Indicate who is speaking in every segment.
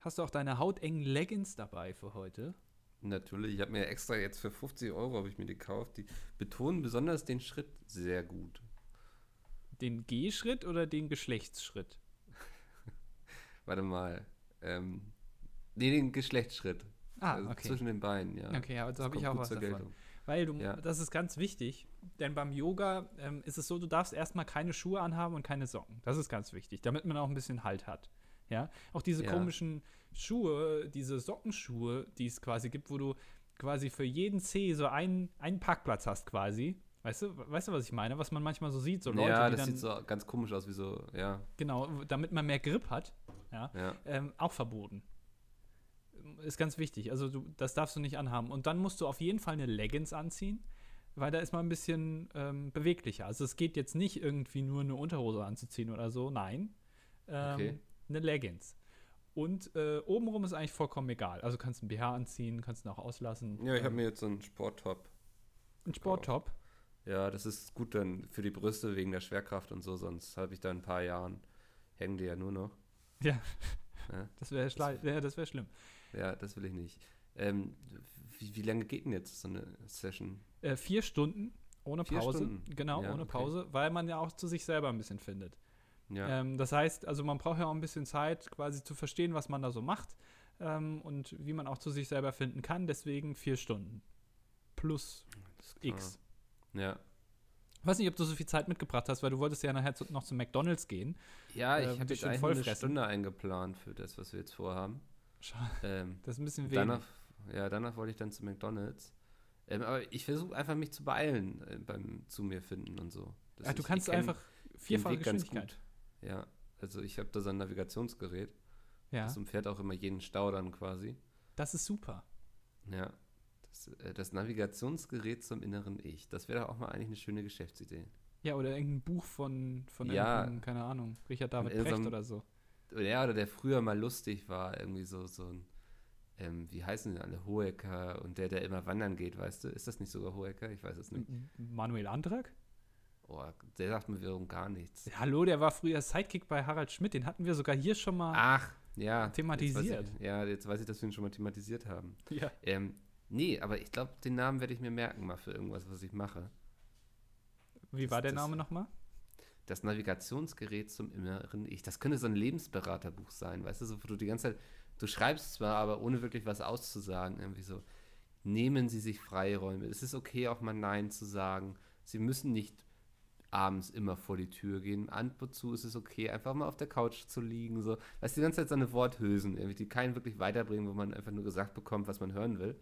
Speaker 1: Hast du auch deine hautengen Leggings dabei für heute?
Speaker 2: Natürlich, ich habe mir extra jetzt für 50 Euro habe ich mir die gekauft. Die betonen besonders den Schritt sehr gut.
Speaker 1: Den Gehschritt oder den Geschlechtsschritt?
Speaker 2: Warte mal. Ähm, nee, den Geschlechtsschritt.
Speaker 1: Ah,
Speaker 2: Also
Speaker 1: okay.
Speaker 2: zwischen den Beinen, ja.
Speaker 1: Okay, ja, also
Speaker 2: Das
Speaker 1: habe ich
Speaker 2: kommt
Speaker 1: auch
Speaker 2: gut
Speaker 1: was
Speaker 2: zur
Speaker 1: davon.
Speaker 2: Geltung.
Speaker 1: Weil du,
Speaker 2: Ja.
Speaker 1: das ist ganz wichtig, denn beim Yoga ähm, ist es so, du darfst erstmal keine Schuhe anhaben und keine Socken. Das ist ganz wichtig, damit man auch ein bisschen Halt hat. Ja, auch diese
Speaker 2: Ja.
Speaker 1: komischen Schuhe, diese Sockenschuhe, die es quasi gibt, wo du quasi für jeden Zeh so einen, einen Parkplatz hast quasi. Weißt du, weißt du, was ich meine? Was man manchmal so sieht, so Leute,
Speaker 2: ja,
Speaker 1: die
Speaker 2: das
Speaker 1: dann,
Speaker 2: sieht so ganz komisch aus, wie so, ja,
Speaker 1: genau, damit man mehr Grip hat, ja,
Speaker 2: ja.
Speaker 1: ähm, auch verboten. Ähm, Ist ganz wichtig. Also du, das darfst du nicht anhaben. Und dann musst du auf jeden Fall eine Leggings anziehen, weil da ist man ein bisschen ähm, beweglicher. Also es geht jetzt nicht irgendwie nur eine Unterhose anzuziehen oder so. Nein. Ähm,
Speaker 2: Okay.
Speaker 1: Eine Leggings. Und äh, obenrum ist eigentlich vollkommen egal. Also kannst einen BH anziehen, kannst ihn auch auslassen.
Speaker 2: Ja, ich habe
Speaker 1: ähm,
Speaker 2: mir jetzt so einen Sporttop.
Speaker 1: einen Sporttop.
Speaker 2: Ja, das ist gut dann für die Brüste wegen der Schwerkraft und so, sonst habe ich da in ein paar Jahren, hängen die ja nur noch.
Speaker 1: Ja.
Speaker 2: Ja.
Speaker 1: Das wäre schlei- ja, das wär schlimm.
Speaker 2: Ja, das will ich nicht. Ähm, wie, wie lange geht denn jetzt so eine Session?
Speaker 1: Äh, vier Stunden ohne
Speaker 2: Vier
Speaker 1: Pause.
Speaker 2: Stunden?
Speaker 1: Genau,
Speaker 2: Ja,
Speaker 1: ohne
Speaker 2: okay.
Speaker 1: Pause, weil man ja auch zu sich selber ein bisschen findet.
Speaker 2: Ja,
Speaker 1: Ähm, das heißt, also man braucht ja auch ein bisschen Zeit, quasi zu verstehen, was man da so macht ähm, und wie man auch zu sich selber finden kann. Deswegen vier Stunden plus
Speaker 2: das ist klar.
Speaker 1: X.
Speaker 2: Ja,
Speaker 1: Ich weiß nicht, ob du so viel Zeit mitgebracht hast, weil du wolltest ja nachher zu, noch zu McDonald's gehen.
Speaker 2: ja ich
Speaker 1: Äh,
Speaker 2: habe
Speaker 1: bist
Speaker 2: jetzt
Speaker 1: schon
Speaker 2: eigentlich
Speaker 1: voll
Speaker 2: eine
Speaker 1: fressen.
Speaker 2: Stunde eingeplant für das, was wir jetzt vorhaben.
Speaker 1: Schade,
Speaker 2: Ähm,
Speaker 1: das ist ein bisschen wenig.
Speaker 2: danach, ja, danach wollte ich dann zu McDonald's. Ähm, aber ich versuche einfach mich zu beeilen äh, beim zu mir finden und so. Das
Speaker 1: ja,
Speaker 2: ist-
Speaker 1: du
Speaker 2: ich
Speaker 1: kannst
Speaker 2: kenn
Speaker 1: einfach vierfache
Speaker 2: den Weg ganz
Speaker 1: Geschwindigkeit.
Speaker 2: gut. Ja, also ich habe da so ein Navigationsgerät.
Speaker 1: Ja,
Speaker 2: Das umfährt auch immer jeden Stau dann quasi.
Speaker 1: das ist super.
Speaker 2: Ja. Das, äh, das Navigationsgerät zum inneren Ich. Das wäre doch auch mal eigentlich eine schöne Geschäftsidee.
Speaker 1: Ja, oder irgendein Buch von, von
Speaker 2: Ja.
Speaker 1: irgendeinem, keine Ahnung, Richard David
Speaker 2: In so
Speaker 1: Brecht
Speaker 2: einem-
Speaker 1: oder so.
Speaker 2: Oder ja, oder der früher mal lustig war, irgendwie so, so ein, ähm, wie heißen die alle, Hohecker und der, der immer wandern geht, weißt du? Ist das nicht sogar Hohecker? Ich weiß es nicht.
Speaker 1: M- Manuel Antrag?
Speaker 2: Oh, der sagt mir wiederum gar nichts.
Speaker 1: Hallo, der war früher Sidekick bei Harald Schmidt, den hatten wir sogar hier schon mal.
Speaker 2: Ach, ja.
Speaker 1: Thematisiert.
Speaker 2: Jetzt weiß ich, ja, jetzt weiß ich, dass wir ihn schon mal thematisiert haben.
Speaker 1: Ja.
Speaker 2: Ähm, nee, aber ich glaube, den Namen werde ich mir merken mal für irgendwas, was ich mache.
Speaker 1: Wie
Speaker 2: Das-
Speaker 1: war der
Speaker 2: das-
Speaker 1: Name nochmal?
Speaker 2: Das Navigationsgerät zum inneren Ich. Das könnte so ein Lebensberaterbuch sein, weißt du, so, wo du die ganze Zeit, du schreibst zwar, aber ohne wirklich was auszusagen, irgendwie so, nehmen Sie sich Freiräume. Es ist okay, auch mal Nein zu sagen. Sie müssen nicht abends immer vor die Tür gehen. Ab und zu ist es okay, einfach mal auf der Couch zu liegen, so. Weißt du, die ganze Zeit so eine Worthülsen, irgendwie, die keinen wirklich weiterbringen, wo man einfach nur gesagt bekommt, was man hören will.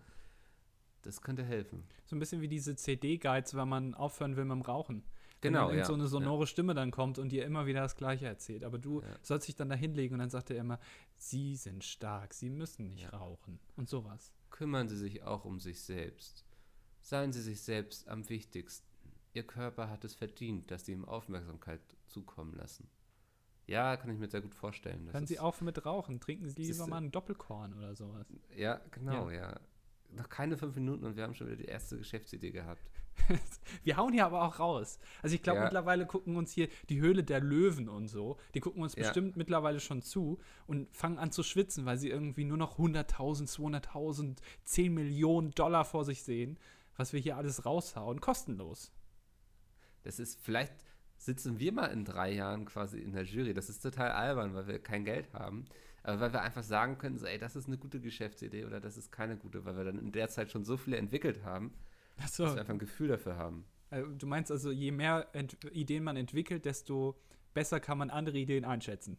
Speaker 2: Das könnte helfen.
Speaker 1: So ein bisschen wie diese CD-Guides, wenn man aufhören will mit dem Rauchen. Wenn
Speaker 2: Genau,
Speaker 1: dann irgend
Speaker 2: ja,
Speaker 1: so eine
Speaker 2: ja.
Speaker 1: sonore Stimme dann kommt und dir immer wieder das Gleiche erzählt. Aber du
Speaker 2: Ja.
Speaker 1: sollst dich dann da hinlegen und dann sagt er immer, sie sind stark, sie müssen nicht
Speaker 2: Ja.
Speaker 1: rauchen und sowas.
Speaker 2: kümmern Sie sich auch um sich selbst. Seien Sie sich selbst am wichtigsten. Ihr Körper hat es verdient, dass Sie ihm Aufmerksamkeit zukommen lassen. Ja, kann ich mir sehr gut vorstellen. Das
Speaker 1: Hören Sie
Speaker 2: ist-
Speaker 1: auf mit Rauchen, trinken Sie lieber
Speaker 2: Siehste.
Speaker 1: mal einen Doppelkorn oder sowas.
Speaker 2: Ja, genau, ja. Noch keine fünf Minuten und wir haben schon wieder die erste Geschäftsidee gehabt.
Speaker 1: Wir hauen hier aber auch raus. Also ich glaube,
Speaker 2: Ja.
Speaker 1: mittlerweile gucken uns hier die Höhle der Löwen und so, die gucken uns
Speaker 2: Ja.
Speaker 1: bestimmt mittlerweile schon zu und fangen an zu schwitzen, weil sie irgendwie nur noch 100.000, 200.000, 10 Millionen Dollar vor sich sehen, was wir hier alles raushauen, kostenlos.
Speaker 2: Das ist, vielleicht sitzen wir mal in drei Jahren quasi in der Jury. Das ist total albern, weil wir kein Geld haben. Aber weil wir einfach sagen können, so, ey, das ist eine gute Geschäftsidee oder das ist keine gute, weil wir dann in der Zeit schon so viele entwickelt haben, dass
Speaker 1: Achso,
Speaker 2: wir einfach ein Gefühl dafür haben.
Speaker 1: also, du meinst also, je mehr Ent Ideen man entwickelt, desto besser kann man andere Ideen einschätzen.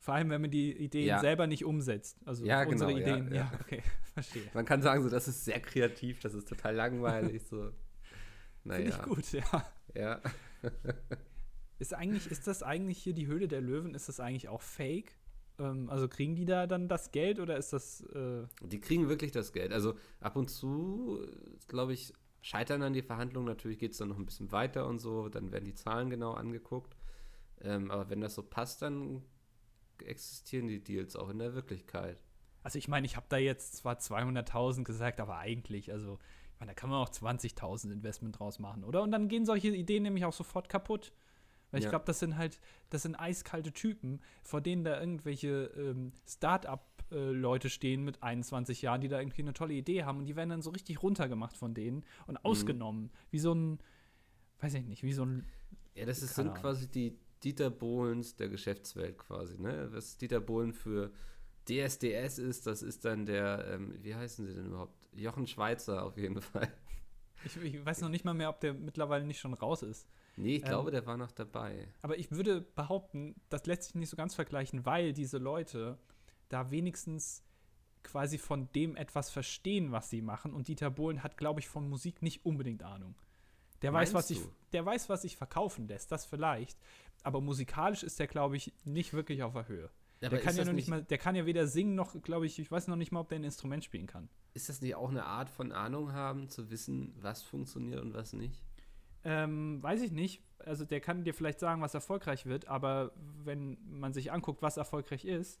Speaker 1: Vor allem, wenn man die Ideen
Speaker 2: Ja.
Speaker 1: selber nicht umsetzt. Also
Speaker 2: Ja,
Speaker 1: unsere
Speaker 2: genau, ja,
Speaker 1: Ideen.
Speaker 2: ja.
Speaker 1: ja okay, verstehe.
Speaker 2: Man kann sagen, so, das ist sehr kreativ, das ist total langweilig. So.
Speaker 1: Finde
Speaker 2: Naja,
Speaker 1: ich gut, ja.
Speaker 2: ja.
Speaker 1: Ist eigentlich, ist das eigentlich hier die Höhle der Löwen, ist das eigentlich auch fake? Ähm, also kriegen die da dann das Geld oder ist das, äh,
Speaker 2: Die kriegen wirklich das Geld. Also ab und zu, glaube ich, scheitern dann die Verhandlungen. Natürlich geht es dann noch ein bisschen weiter und so. Dann werden die Zahlen genau angeguckt. Ähm, aber wenn das so passt, dann existieren die Deals auch in der Wirklichkeit.
Speaker 1: also ich meine, ich habe da jetzt zwar 200.000 gesagt, aber eigentlich, also ich meine, da kann man auch 20.000 Investment draus machen, oder? Und dann gehen solche Ideen nämlich auch sofort kaputt. Weil ich
Speaker 2: Ja.
Speaker 1: glaube, das sind halt, das sind eiskalte Typen, vor denen da irgendwelche ähm, Start-up äh, Leute stehen mit 21 Jahren, die da irgendwie eine tolle Idee haben und die werden dann so richtig runtergemacht von denen und ausgenommen. Wie so ein, weiß ich nicht, wie so ein.
Speaker 2: Ja, das ist,
Speaker 1: Keine
Speaker 2: sind
Speaker 1: Ahnung.
Speaker 2: quasi die Dieter Bohlens der Geschäftswelt quasi, ne? Was Dieter Bohlen für DSDS ist, das ist dann der, ähm, wie heißen sie denn überhaupt? Jochen Schweizer auf jeden Fall.
Speaker 1: Ich, ich weiß noch nicht mal mehr, ob der mittlerweile nicht schon raus ist.
Speaker 2: Nee, ich
Speaker 1: Ähm,
Speaker 2: glaube, der war noch dabei.
Speaker 1: Aber ich würde behaupten, das lässt sich nicht so ganz vergleichen, weil diese Leute da wenigstens quasi von dem etwas verstehen, was sie machen. Und Dieter Bohlen hat, glaube ich, von Musik nicht unbedingt Ahnung. Der weiß, was ich,
Speaker 2: Meinst du?
Speaker 1: der weiß, was sich verkaufen lässt, das vielleicht. Aber musikalisch ist der, glaube ich, nicht wirklich auf der Höhe.
Speaker 2: Aber
Speaker 1: der kann
Speaker 2: ist
Speaker 1: ja
Speaker 2: das
Speaker 1: noch nicht mal, der kann ja weder singen noch, glaube ich, ich weiß noch nicht mal, ob der ein Instrument spielen kann.
Speaker 2: Ist das nicht auch eine Art von Ahnung haben, zu wissen, was funktioniert und was nicht?
Speaker 1: Ähm, weiß ich nicht. Also der kann dir vielleicht sagen, was erfolgreich wird, aber wenn man sich anguckt, was erfolgreich ist,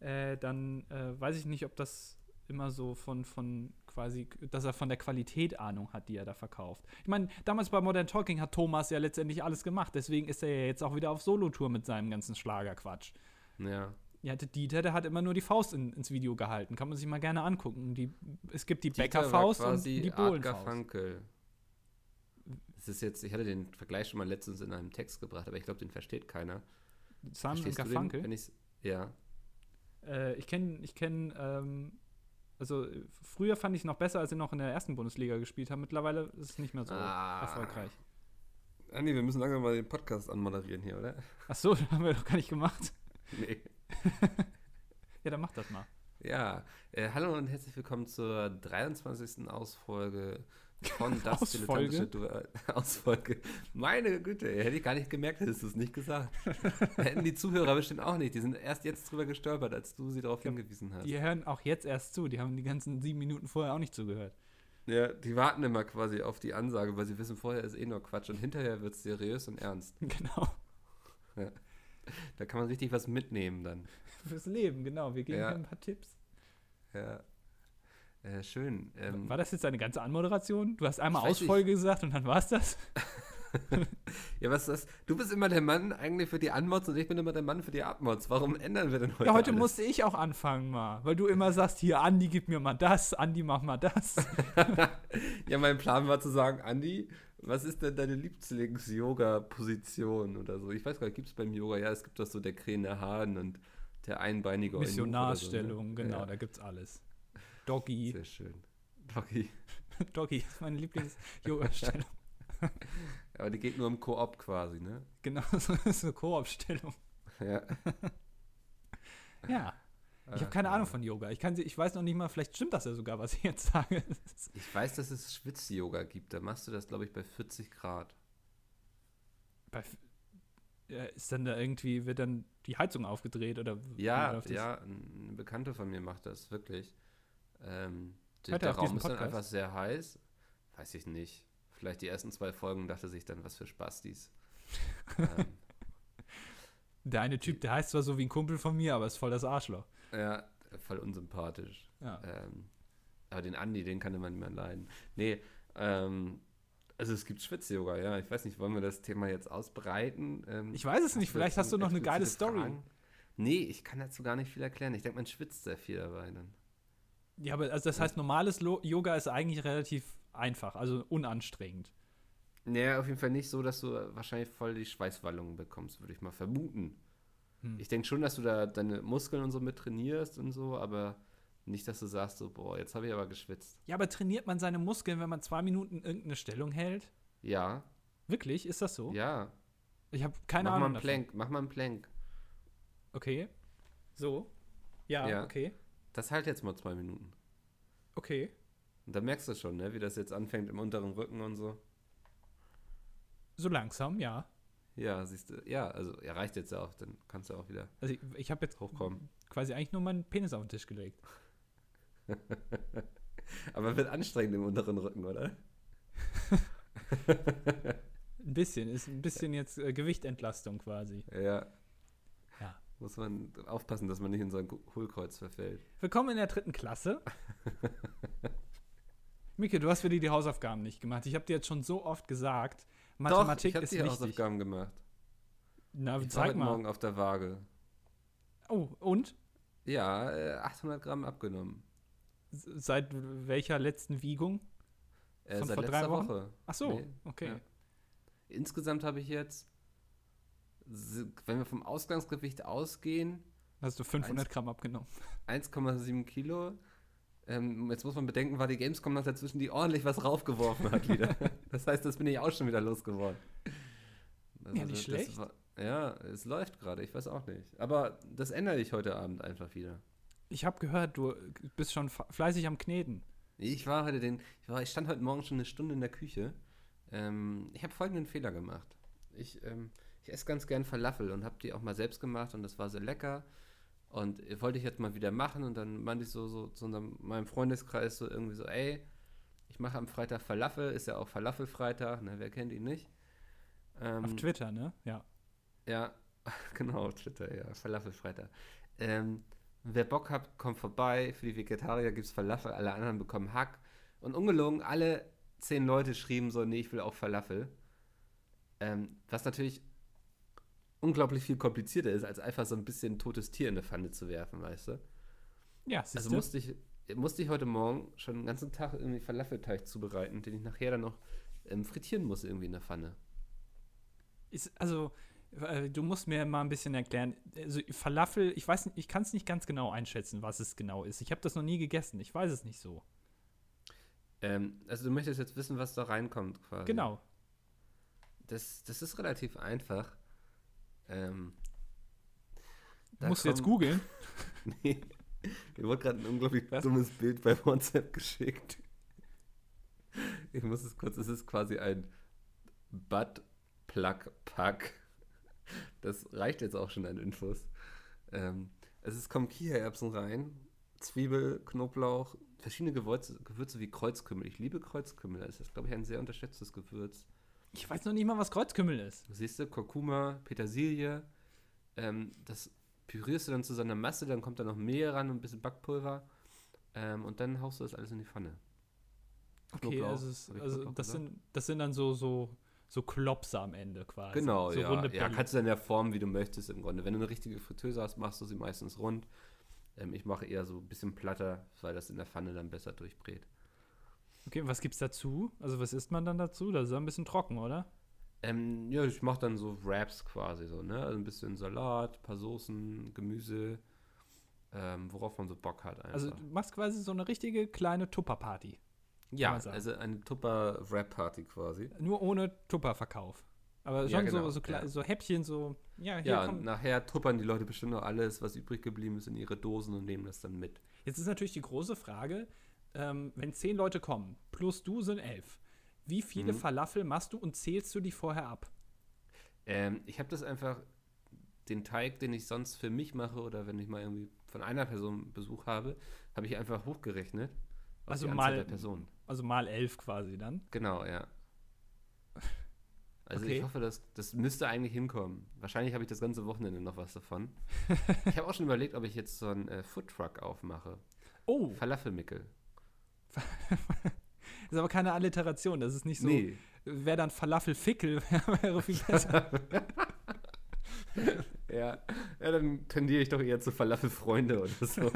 Speaker 1: äh, dann äh, weiß ich nicht, ob das immer so von, von quasi, dass er von der Qualität Ahnung hat, die er da verkauft. Ich meine, damals bei Modern Talking hat Thomas ja letztendlich alles gemacht, deswegen ist er ja jetzt auch wieder auf Solotour mit seinem ganzen Schlagerquatsch.
Speaker 2: Ja.
Speaker 1: Ja, der Dieter, der hat immer nur die Faust in, ins Video gehalten. Kann man sich mal gerne angucken. Die, es gibt die
Speaker 2: Dieter war
Speaker 1: Bäckerfaust und
Speaker 2: quasi
Speaker 1: die
Speaker 2: Art
Speaker 1: Bohlenfaust.
Speaker 2: Garfunkel. Es ist jetzt, ich hatte den Vergleich schon mal letztens in einem Text gebracht, aber ich glaube, den versteht keiner.
Speaker 1: Simon und
Speaker 2: Verstehst du den,
Speaker 1: Garfunkel.
Speaker 2: wenn ich's- ja.
Speaker 1: Äh, ich kenne, ich kenne, ähm, also äh, früher fand ich noch besser, als sie noch in der ersten Bundesliga gespielt haben. Mittlerweile ist es nicht mehr so
Speaker 2: Ah.
Speaker 1: erfolgreich.
Speaker 2: Andi, Ah, wir müssen langsam mal den Podcast anmoderieren hier, oder?
Speaker 1: Ach so, das haben wir doch gar nicht gemacht.
Speaker 2: Nee.
Speaker 1: Ja, dann mach das mal.
Speaker 2: Ja, äh, hallo und herzlich willkommen zur 23. Ausfolge von Das
Speaker 1: Ausfolge?
Speaker 2: Dilettantische Duell. Ausfolge. Meine Güte, ey, hätte ich gar nicht gemerkt, hättest du es nicht gesagt. Hätten die Zuhörer bestimmt auch nicht. Die sind erst jetzt drüber gestolpert, als du sie darauf
Speaker 1: Ja,
Speaker 2: hingewiesen hast.
Speaker 1: Die hören auch jetzt erst zu. Die haben die ganzen sieben Minuten vorher auch nicht zugehört.
Speaker 2: Ja, die warten immer quasi auf die Ansage, weil sie wissen, vorher ist eh nur Quatsch und hinterher wird es seriös und ernst.
Speaker 1: Genau.
Speaker 2: Da kann man richtig was mitnehmen dann.
Speaker 1: Fürs Leben, genau. Wir geben
Speaker 2: Ja.
Speaker 1: dir ein paar Tipps.
Speaker 2: Ja. Äh, schön. Ähm,
Speaker 1: War das jetzt eine ganze Anmoderation? Du hast einmal
Speaker 2: Ich weiß nicht.
Speaker 1: Ausfolge gesagt und dann war es das?
Speaker 2: Ja, was ist das? Du bist immer der Mann eigentlich für die Anmods und ich bin immer der Mann für die Abmods. Warum ändern wir denn heute?
Speaker 1: Ja, heute
Speaker 2: alles?
Speaker 1: musste ich auch anfangen mal. Weil du immer sagst, hier, Andi, gib mir mal das. Andi, mach mal das.
Speaker 2: ja, mein Plan war zu sagen, Andi, was ist denn deine Lieblings-Yoga-Position oder so? Ich weiß gar nicht, gibt es beim Yoga? Ja, es gibt doch so der krähende Hahn und der einbeinige Eunuch oder so, ne?
Speaker 1: Missionarstellung, genau,
Speaker 2: Ja,
Speaker 1: da gibt's alles. Doggy.
Speaker 2: sehr schön. Doggy.
Speaker 1: Doggy ist meine Lieblings-Yoga-Stellung.
Speaker 2: Aber die geht nur im Koop quasi, ne?
Speaker 1: genau, so ist eine Koop-Stellung.
Speaker 2: Ja.
Speaker 1: Ja. äh, Ich habe
Speaker 2: Äh,
Speaker 1: keine Ahnung von Yoga. Ich, kann, sie- ich weiß noch nicht mal, vielleicht stimmt das ja sogar, was ich jetzt sage.
Speaker 2: Ich weiß, dass es Schwitz-Yoga gibt. Da machst du das, glaube ich, bei 40 Grad.
Speaker 1: Bei, Ja, ist dann da irgendwie, wird dann die Heizung aufgedreht oder wie
Speaker 2: Ja,
Speaker 1: läuft das?
Speaker 2: ja, eine Bekannte von mir macht das, wirklich. Ähm, der,
Speaker 1: Hört er
Speaker 2: der
Speaker 1: auf
Speaker 2: Raum
Speaker 1: diesen
Speaker 2: ist dann
Speaker 1: Podcast?
Speaker 2: einfach sehr heiß. Weiß ich nicht. Vielleicht die ersten zwei Folgen dachte sich dann, was für Spastis. ähm,
Speaker 1: Der eine Typ, der heißt zwar so wie ein Kumpel von mir, aber ist voll das Arschloch.
Speaker 2: ja, voll unsympathisch.
Speaker 1: Ja.
Speaker 2: Ähm, aber den Andi, den kann immer niemand leiden. Nee, ähm, also es gibt Schwitz-Yoga, ja. Ich weiß nicht, wollen wir das Thema jetzt ausbreiten? Ähm,
Speaker 1: Ich weiß es nicht,
Speaker 2: du
Speaker 1: vielleicht
Speaker 2: dazu
Speaker 1: hast du noch eine geile
Speaker 2: explizite
Speaker 1: Story.
Speaker 2: Fragen? Nee, ich kann dazu gar nicht viel erklären. Ich denke, man schwitzt sehr viel dabei dann.
Speaker 1: Ja, aber also das heißt, normales Lo Yoga ist eigentlich relativ einfach, also unanstrengend.
Speaker 2: Naja, auf jeden Fall nicht so, dass du wahrscheinlich voll die Schweißwallungen bekommst, würde ich mal vermuten.
Speaker 1: Hm.
Speaker 2: Ich denke schon, dass du da deine Muskeln und so mit trainierst und so, aber nicht, dass du sagst so, boah, jetzt habe ich aber geschwitzt.
Speaker 1: Ja, aber trainiert man seine Muskeln, wenn man zwei Minuten irgendeine Stellung hält?
Speaker 2: Ja,
Speaker 1: Wirklich? Ist das so?
Speaker 2: ja.
Speaker 1: Ich habe Oh. keine
Speaker 2: mach
Speaker 1: Ahnung.
Speaker 2: mal einen
Speaker 1: davon.
Speaker 2: Plank, mach mal einen Plank.
Speaker 1: Okay. So. Ja,
Speaker 2: Ja.
Speaker 1: okay.
Speaker 2: Das halt jetzt mal zwei Minuten.
Speaker 1: Okay.
Speaker 2: Und da merkst du schon, ne, wie das jetzt anfängt im unteren Rücken und so.
Speaker 1: So langsam, ja.
Speaker 2: Ja, siehst du, ja, also er reicht jetzt ja auch, dann kannst du auch wieder
Speaker 1: Also ich, ich habe jetzt
Speaker 2: hochkommen.
Speaker 1: quasi eigentlich nur meinen Penis auf den Tisch gelegt.
Speaker 2: Aber wird anstrengend im unteren Rücken, oder?
Speaker 1: Ein bisschen, ist ein bisschen jetzt äh, Gewichtentlastung quasi.
Speaker 2: Ja.
Speaker 1: Ja.
Speaker 2: Muss man aufpassen, dass man nicht in so ein Hohlkreuz verfällt.
Speaker 1: Willkommen in der dritten Klasse. Micke, du hast wieder die Hausaufgaben nicht gemacht. Ich habe dir jetzt schon so oft gesagt, Mathematik
Speaker 2: Doch, ich
Speaker 1: ist
Speaker 2: habe die
Speaker 1: wichtig.
Speaker 2: Hausaufgaben gemacht.
Speaker 1: Na,
Speaker 2: Ich war
Speaker 1: zeig
Speaker 2: heute
Speaker 1: mal.
Speaker 2: morgen auf der Waage.
Speaker 1: Oh, und?
Speaker 2: Ja, äh, 800 Gramm abgenommen.
Speaker 1: Seit welcher letzten Wiegung?
Speaker 2: Äh,
Speaker 1: Von
Speaker 2: seit
Speaker 1: vor drei
Speaker 2: letzter
Speaker 1: Wochen?
Speaker 2: Woche.
Speaker 1: Ach so,
Speaker 2: Nee,
Speaker 1: okay.
Speaker 2: ja. Insgesamt habe ich jetzt, si- wenn wir vom Ausgangsgewicht ausgehen,
Speaker 1: Hast du 500 Gramm abgenommen.
Speaker 2: 1,7 Kilo. Ähm, jetzt muss man bedenken, war die Gamescom noch dazwischen, die ordentlich was raufgeworfen hat wieder. das heißt, das bin ich auch schon wieder losgeworden. Das-
Speaker 1: Ja, nicht
Speaker 2: das
Speaker 1: schlecht.
Speaker 2: war- ja, es läuft gerade, ich weiß auch nicht. Aber das ändere ich heute Abend einfach wieder.
Speaker 1: Ich habe gehört, du bist schon fa- fleißig am Kneten.
Speaker 2: Ich war heute den, ich, war, ich stand heute Morgen schon eine Stunde in der Küche. Ähm, ich habe folgenden Fehler gemacht. Ich, ähm, ich esse ganz gern Falafel und habe die auch mal selbst gemacht und das war so lecker. Und äh, wollte ich jetzt mal wieder machen und dann meinte ich so, so zu einem, meinem Freundeskreis so irgendwie so, ey, ich mache am Freitag Falafel, ist ja auch Falafel-Freitag, ne, wer kennt ihn nicht? Ähm,
Speaker 1: Auf Twitter, ne? Ja.
Speaker 2: ja, genau, auf Twitter, ja, Falafel-Freitag. Ähm, wer Bock hat, kommt vorbei. Für die Vegetarier gibt es Falafel, alle anderen bekommen Hack. Und ungelogen, alle zehn Leute schrieben so, nee, ich will auch Falafel. Ähm, was natürlich unglaublich viel komplizierter ist, als einfach so ein bisschen totes Tier in eine Pfanne zu werfen, weißt du?
Speaker 1: Ja, siehst
Speaker 2: Also
Speaker 1: du?
Speaker 2: musste ich, musste ich heute Morgen schon den ganzen Tag irgendwie Falafelteig zubereiten, den ich nachher dann noch ähm, frittieren muss irgendwie in der Pfanne.
Speaker 1: ist, also äh, du musst mir mal ein bisschen erklären. Also Falafel, ich weiß, nicht- ich kann es nicht ganz genau einschätzen, was es genau ist. Ich habe das noch nie gegessen. Ich weiß es nicht so.
Speaker 2: Ähm, also du möchtest jetzt wissen, was da reinkommt quasi.
Speaker 1: Genau.
Speaker 2: Das, das ist relativ einfach. Ähm,
Speaker 1: Du musst jetzt
Speaker 2: kommen-
Speaker 1: googeln.
Speaker 2: Nee. Mir wurde gerade ein unglaublich
Speaker 1: Was?
Speaker 2: dummes Bild bei WhatsApp geschickt. Ich muss es kurz, es ist quasi ein Butt Plug Pack. Das reicht jetzt auch schon an Infos. Ähm, es ist, kommen Kichererbsen rein, Zwiebel, Knoblauch, verschiedene Gewürze, Gewürze wie Kreuzkümmel. Ich liebe Kreuzkümmel. Das ist, glaube ich, ein sehr unterschätztes Gewürz.
Speaker 1: Ich weiß noch nicht mal, was Kreuzkümmel ist.
Speaker 2: Siehst du, Kurkuma, Petersilie, ähm, das pürierst du dann zu so einer Masse, dann kommt da noch Mehl ran und ein bisschen Backpulver ähm, und dann haust du das alles in die Pfanne.
Speaker 1: Okay, also, es,
Speaker 2: hab ich ne?
Speaker 1: also
Speaker 2: Knoblauch
Speaker 1: das,
Speaker 2: gesagt?
Speaker 1: sind, das sind dann so, so, so Klops am Ende quasi.
Speaker 2: Genau,
Speaker 1: so
Speaker 2: ja.
Speaker 1: Runde
Speaker 2: ja.
Speaker 1: Bälle.
Speaker 2: Kannst du dann ja formen, wie du möchtest im Grunde. Wenn du eine richtige Fritteuse hast, machst du sie meistens rund. Ähm, ich mache eher so ein bisschen platter, weil das in der Pfanne dann besser durchbrät.
Speaker 1: okay, was gibt's dazu? Also was isst man dann dazu? Das ist ja ein bisschen trocken, oder?
Speaker 2: Ähm, ja, ich mache dann so Wraps quasi so, ne? Also ein bisschen Salat, ein paar Soßen, Gemüse, ähm, worauf man so Bock hat einfach.
Speaker 1: Also du machst quasi so eine richtige kleine Tupperparty.
Speaker 2: Ja,
Speaker 1: man sagen.
Speaker 2: also eine Tupper-Rap-Party quasi.
Speaker 1: Nur ohne Tupperverkauf. Aber
Speaker 2: Ja,
Speaker 1: schon
Speaker 2: genau,
Speaker 1: so, so, kle-
Speaker 2: ja.
Speaker 1: so Häppchen, so, ja, hier
Speaker 2: Ja,
Speaker 1: komm,
Speaker 2: und nachher tuppern die Leute bestimmt noch alles, was übrig geblieben ist, in ihre Dosen und nehmen das dann mit.
Speaker 1: Jetzt ist natürlich die große Frage, ähm, wenn zehn Leute kommen, plus du sind elf, wie viele
Speaker 2: Mhm.
Speaker 1: Falafel machst du und zählst du die vorher ab?
Speaker 2: Ähm, ich habe das einfach, den Teig, den ich sonst für mich mache oder wenn ich mal irgendwie von einer Person Besuch habe, habe ich einfach hochgerechnet. auf
Speaker 1: Also
Speaker 2: die
Speaker 1: mal-
Speaker 2: Anzahl der Personen.
Speaker 1: Also mal elf quasi dann.
Speaker 2: Genau, ja. Also
Speaker 1: Okay.
Speaker 2: ich hoffe, dass, das müsste eigentlich hinkommen. Wahrscheinlich habe ich das ganze Wochenende noch was davon. ich habe auch schon überlegt, ob ich jetzt so einen äh, Foodtruck aufmache.
Speaker 1: Oh,
Speaker 2: Falafelmickel.
Speaker 1: ist aber keine Alliteration. Das ist nicht so,
Speaker 2: Nee.
Speaker 1: wäre dann Falafel-Fickel, wäre viel besser.
Speaker 2: Ja, ja dann tendiere ich doch eher zu Falafel-Freunde oder so.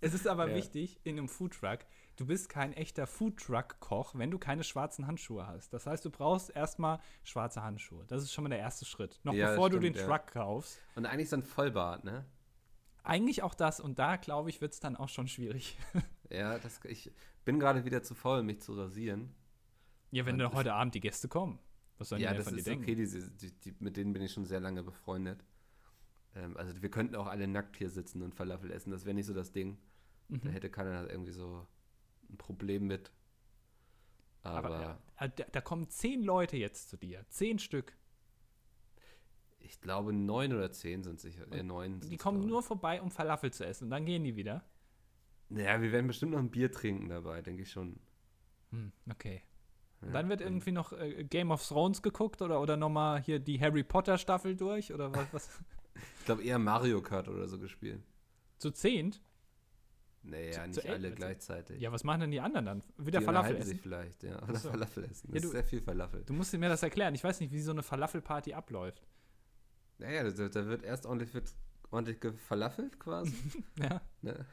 Speaker 1: es ist aber
Speaker 2: Ja.
Speaker 1: wichtig in einem Foodtruck, du bist kein echter Foodtruck-Koch, wenn du keine schwarzen Handschuhe hast. Das heißt, du brauchst erstmal schwarze Handschuhe. Das ist schon mal der erste Schritt. Noch
Speaker 2: Ja, das
Speaker 1: bevor du
Speaker 2: stimmt,
Speaker 1: den
Speaker 2: ja.
Speaker 1: Truck kaufst.
Speaker 2: Und eigentlich so ein Vollbart, ne?
Speaker 1: Eigentlich auch das und da, glaube ich, wird es dann auch schon schwierig.
Speaker 2: Ja, das, ich bin gerade wieder zu faul, mich zu rasieren.
Speaker 1: Ja, wenn
Speaker 2: Und
Speaker 1: dann
Speaker 2: es-
Speaker 1: heute Abend die Gäste kommen. Was sollen die
Speaker 2: ja,
Speaker 1: denn
Speaker 2: das
Speaker 1: von dir
Speaker 2: ist
Speaker 1: denken?
Speaker 2: okay, diese, die, die, mit denen bin ich schon sehr lange befreundet. Ähm, also wir könnten auch alle nackt hier sitzen und Falafel essen, das wäre nicht so das Ding.
Speaker 1: Mhm.
Speaker 2: Da hätte keiner irgendwie so ein Problem mit. Aber,
Speaker 1: Aber ja, äh, da, da kommen zehn Leute jetzt zu dir. Zehn Stück.
Speaker 2: ich glaube neun oder zehn sind sicher, äh, neun
Speaker 1: Die
Speaker 2: sind's,
Speaker 1: kommen
Speaker 2: glaube ich.
Speaker 1: nur vorbei, um Falafel zu essen. Und dann gehen die wieder.
Speaker 2: Naja, wir werden bestimmt noch ein Bier trinken dabei, denke ich schon.
Speaker 1: Hm, okay.
Speaker 2: Ja,
Speaker 1: Und dann wird irgendwie noch äh, Game of Thrones geguckt oder, oder nochmal hier die Harry Potter Staffel durch oder was? was?
Speaker 2: Ich glaube eher Mario Kart oder so gespielt.
Speaker 1: zu zehnt?
Speaker 2: Naja,
Speaker 1: Zu-
Speaker 2: nicht
Speaker 1: zu elf,
Speaker 2: alle
Speaker 1: also-
Speaker 2: gleichzeitig.
Speaker 1: Ja, was machen denn die anderen dann? Wieder
Speaker 2: Die
Speaker 1: Falafel
Speaker 2: unterhalten
Speaker 1: essen?
Speaker 2: sich vielleicht, ja. Oder
Speaker 1: so.
Speaker 2: Falafel essen.
Speaker 1: Ja,
Speaker 2: Das
Speaker 1: du-
Speaker 2: ist sehr viel Falafel.
Speaker 1: Du musst mir das erklären. Ich weiß nicht, wie so eine Falafel-Party abläuft.
Speaker 2: Naja, da, da wird erst ordentlich wird ordentlich gefalafelt quasi.
Speaker 1: Ja.
Speaker 2: ne?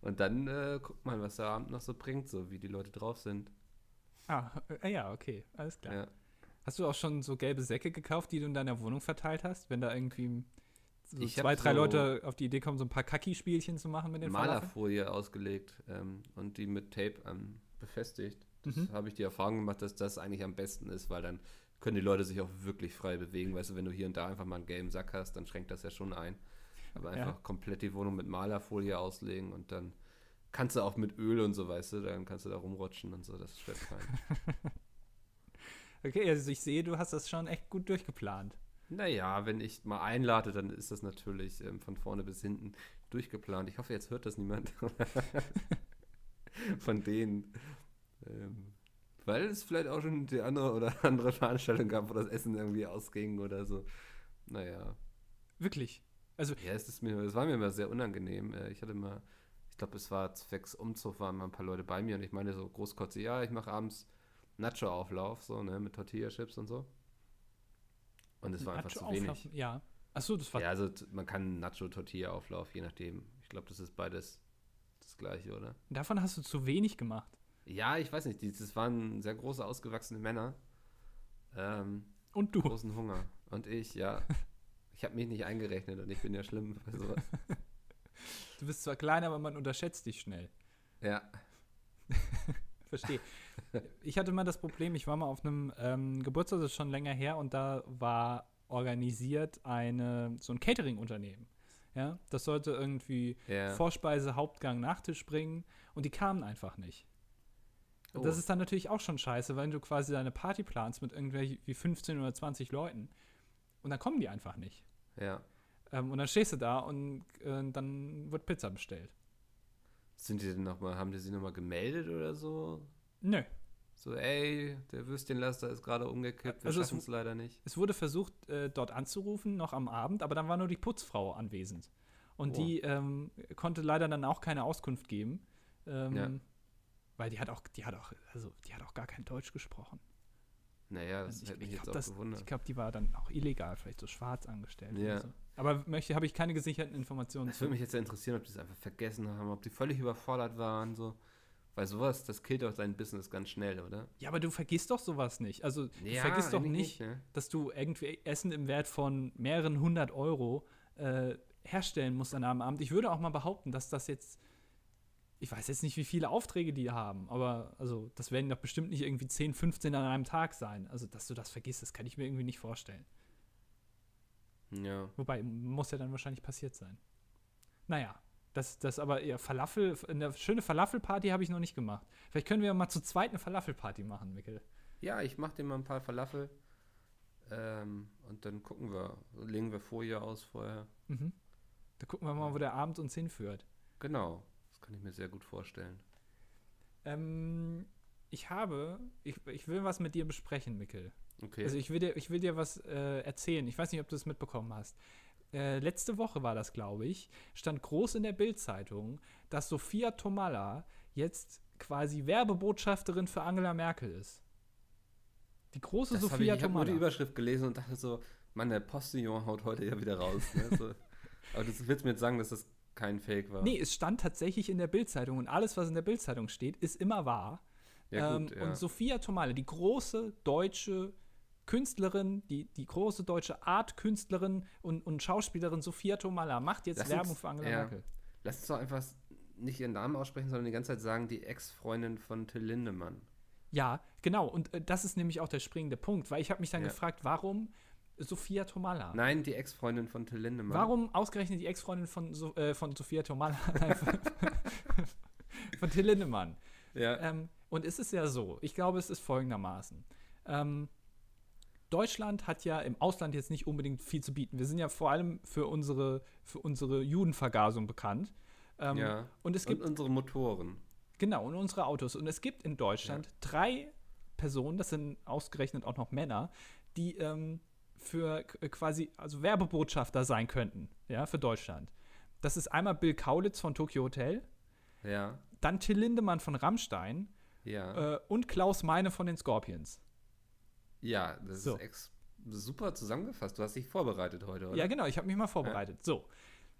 Speaker 2: Und dann äh, guckt man, was der Abend noch so bringt, so wie die Leute drauf sind.
Speaker 1: Ah, äh, ja, okay, alles klar.
Speaker 2: Ja.
Speaker 1: Hast du auch schon so gelbe Säcke gekauft, die du in deiner Wohnung verteilt hast, wenn da irgendwie so
Speaker 2: Ich hab
Speaker 1: zwei, drei
Speaker 2: so-
Speaker 1: Leute auf die Idee kommen, so ein paar Kacki-Spielchen zu machen mit den Falafeln?
Speaker 2: Malerfolie ausgelegt ähm, und die mit Tape ähm, befestigt. Das
Speaker 1: Mhm.
Speaker 2: habe ich die Erfahrung gemacht, dass das eigentlich am besten ist, weil dann können die Leute sich auch wirklich frei bewegen. Weißt du, wenn du hier und da einfach mal einen gelben Sack hast, dann schränkt das ja schon ein. Aber
Speaker 1: Ja.
Speaker 2: einfach komplett die Wohnung mit Malerfolie auslegen und dann kannst du auch mit Öl und so, weißt du, dann kannst du da rumrutschen und so, das ist schlecht fein.
Speaker 1: Okay, also ich sehe, du hast das schon echt gut durchgeplant.
Speaker 2: Naja, wenn ich mal einlade, dann ist das natürlich ähm, von vorne bis hinten durchgeplant. Ich hoffe, jetzt hört das niemand von denen. Ähm, weil es vielleicht auch schon die andere oder andere Veranstaltung gab, wo das Essen irgendwie ausging oder so. Naja,
Speaker 1: Wirklich. Also,
Speaker 2: ja, es, ist mir, es war mir immer sehr unangenehm. Äh, Ich hatte mal, ich glaube, es war zwecks Umzug, waren mal ein paar Leute bei mir und ich meine so großkotzig, ja, ich mache abends Nacho-Auflauf, so, ne, mit Tortilla-Chips und so. Und es war einfach zu
Speaker 1: Nacho-Auflauf-
Speaker 2: wenig.
Speaker 1: Ja. Achso, das war.
Speaker 2: Ja, also t- man kann Nacho-Tortilla-Auflauf, je nachdem. Ich glaube, das ist beides das gleiche, oder?
Speaker 1: Davon hast du zu wenig gemacht.
Speaker 2: Ja, ich weiß nicht. die- Das waren sehr große, ausgewachsene Männer. Ähm,
Speaker 1: Und du.
Speaker 2: großen Hunger. Und ich, ja. Ich habe mich nicht eingerechnet und ich bin ja schlimm bei sowas.
Speaker 1: Du bist zwar klein, aber man unterschätzt dich schnell.
Speaker 2: Ja.
Speaker 1: Verstehe. ich hatte mal das Problem, ich war mal auf einem ähm, Geburtstag, das ist schon länger her, und da war organisiert eine, so ein Catering-Unternehmen. Ja, das sollte irgendwie
Speaker 2: ja.
Speaker 1: Vorspeise, Hauptgang, Nachtisch bringen und die kamen einfach nicht. Und das
Speaker 2: Oh.
Speaker 1: ist dann natürlich auch schon scheiße, wenn du quasi deine Party planst mit irgendwelchen wie 15 oder 20 Leuten und dann kommen die einfach nicht.
Speaker 2: Ja.
Speaker 1: Ähm, und dann stehst du da und äh, dann wird Pizza bestellt.
Speaker 2: Sind die denn nochmal, haben die sich nochmal gemeldet oder so?
Speaker 1: Nö.
Speaker 2: So, ey, der Würstchenlaster ist gerade umgekippt, wir
Speaker 1: Also es-
Speaker 2: schaffen es leider nicht.
Speaker 1: Es wurde versucht, äh, dort anzurufen, noch am Abend, aber dann war nur die Putzfrau anwesend. Und
Speaker 2: Oh.
Speaker 1: die ähm, konnte leider dann auch keine Auskunft geben. Ähm,
Speaker 2: Ja.
Speaker 1: Weil die hat auch, die hat auch, also die hat auch gar kein Deutsch gesprochen.
Speaker 2: Naja, das
Speaker 1: Also ich
Speaker 2: hätte mich
Speaker 1: ich
Speaker 2: jetzt
Speaker 1: glaube,
Speaker 2: auch gewundert.
Speaker 1: glaub, die war dann auch illegal, vielleicht so schwarz angestellt. oder
Speaker 2: Ja.
Speaker 1: So. Aber möchte, habe ich keine gesicherten Informationen
Speaker 2: Das würde
Speaker 1: zu.
Speaker 2: mich jetzt sehr interessieren, ob die es einfach vergessen haben, ob die völlig überfordert waren, so. Weil sowas, das killt doch dein Business ganz schnell, oder?
Speaker 1: Ja, aber du vergisst doch sowas nicht. Also du vergisst doch
Speaker 2: eigentlich
Speaker 1: nicht,
Speaker 2: ne?
Speaker 1: dass du irgendwie Essen im Wert von mehreren hundert Euro äh, herstellen musst an einem Abend. Ich würde auch mal behaupten, dass das jetzt, ich weiß jetzt nicht, wie viele Aufträge die haben, aber also das werden doch bestimmt nicht irgendwie 10, 15 an einem Tag sein. Also, dass du das vergisst, das kann ich mir irgendwie nicht vorstellen.
Speaker 2: Ja.
Speaker 1: Wobei, muss ja dann wahrscheinlich passiert sein. Naja, das, das aber eher Falafel, eine schöne Falafelparty habe ich noch nicht gemacht. Vielleicht können wir mal zu zweit eine Falafelparty machen, Mikkel.
Speaker 2: Ja, ich mache dir mal ein paar Falafel. Ähm, und dann gucken wir, legen wir Folie aus vorher.
Speaker 1: Mhm. Da gucken wir mal, wo der Abend uns hinführt.
Speaker 2: Genau, das kann ich mir sehr gut vorstellen.
Speaker 1: Ähm, ich habe, ich, ich will was mit dir besprechen, Mikkel.
Speaker 2: Okay.
Speaker 1: Also ich will dir, ich will dir was äh, erzählen. Ich weiß nicht, ob du es mitbekommen hast. Äh, letzte Woche war das, glaube ich, stand groß in der Bild-Zeitung, dass Sophia Tomalla jetzt quasi Werbebotschafterin für Angela Merkel ist. Die große
Speaker 2: Das hab ich
Speaker 1: Sophia
Speaker 2: ich habe nur die
Speaker 1: Tomalla.
Speaker 2: Überschrift gelesen und dachte so, Mann, der Postillon haut heute ja wieder raus. Ne? So. Aber das willst du mir jetzt sagen, dass das kein Fake war?
Speaker 1: Nee, es stand tatsächlich in der Bild-Zeitung und alles, was in der Bild-Zeitung steht, ist immer wahr.
Speaker 2: ja, gut,
Speaker 1: ähm,
Speaker 2: ja.
Speaker 1: Und Sophia Tomala, die große deutsche Künstlerin, die, die große deutsche Art-Künstlerin und, und Schauspielerin Sophia Tomala macht jetzt
Speaker 2: Lass
Speaker 1: Werbung
Speaker 2: uns-
Speaker 1: für Angela
Speaker 2: ja.
Speaker 1: Merkel.
Speaker 2: Lass uns doch einfach nicht ihren Namen aussprechen, sondern die ganze Zeit sagen, die Ex-Freundin von Till Lindemann.
Speaker 1: Ja, genau. Und äh, das ist nämlich auch der springende Punkt, weil ich habe mich dann
Speaker 2: Ja.
Speaker 1: gefragt, warum Sophia Tomala?
Speaker 2: Nein, die Ex-Freundin von Till Lindemann.
Speaker 1: Warum ausgerechnet die Ex-Freundin von, so äh, von Sophia Tomala? Nein, von, von Till Lindemann.
Speaker 2: Ja,
Speaker 1: Ähm, und es ist ja so, ich glaube, es ist folgendermaßen. Ähm, Deutschland hat ja im Ausland jetzt nicht unbedingt viel zu bieten. Wir sind ja vor allem für unsere, für unsere Judenvergasung bekannt. Ähm,
Speaker 2: ja.
Speaker 1: Und es gibt,
Speaker 2: und unsere Motoren.
Speaker 1: genau, und unsere Autos. Und es gibt in Deutschland drei Personen, das sind ausgerechnet auch noch Männer, die ähm, für k- quasi, also Werbebotschafter sein könnten, ja, für Deutschland. Das ist einmal Bill Kaulitz von Tokyo Hotel,
Speaker 2: Ja,
Speaker 1: dann Till Lindemann von Rammstein
Speaker 2: ja.
Speaker 1: äh, und Klaus Meine von den Scorpions.
Speaker 2: ja, das
Speaker 1: so.
Speaker 2: ist super zusammengefasst. Du hast dich vorbereitet heute, oder?
Speaker 1: Ja, genau, ich habe mich mal vorbereitet. So.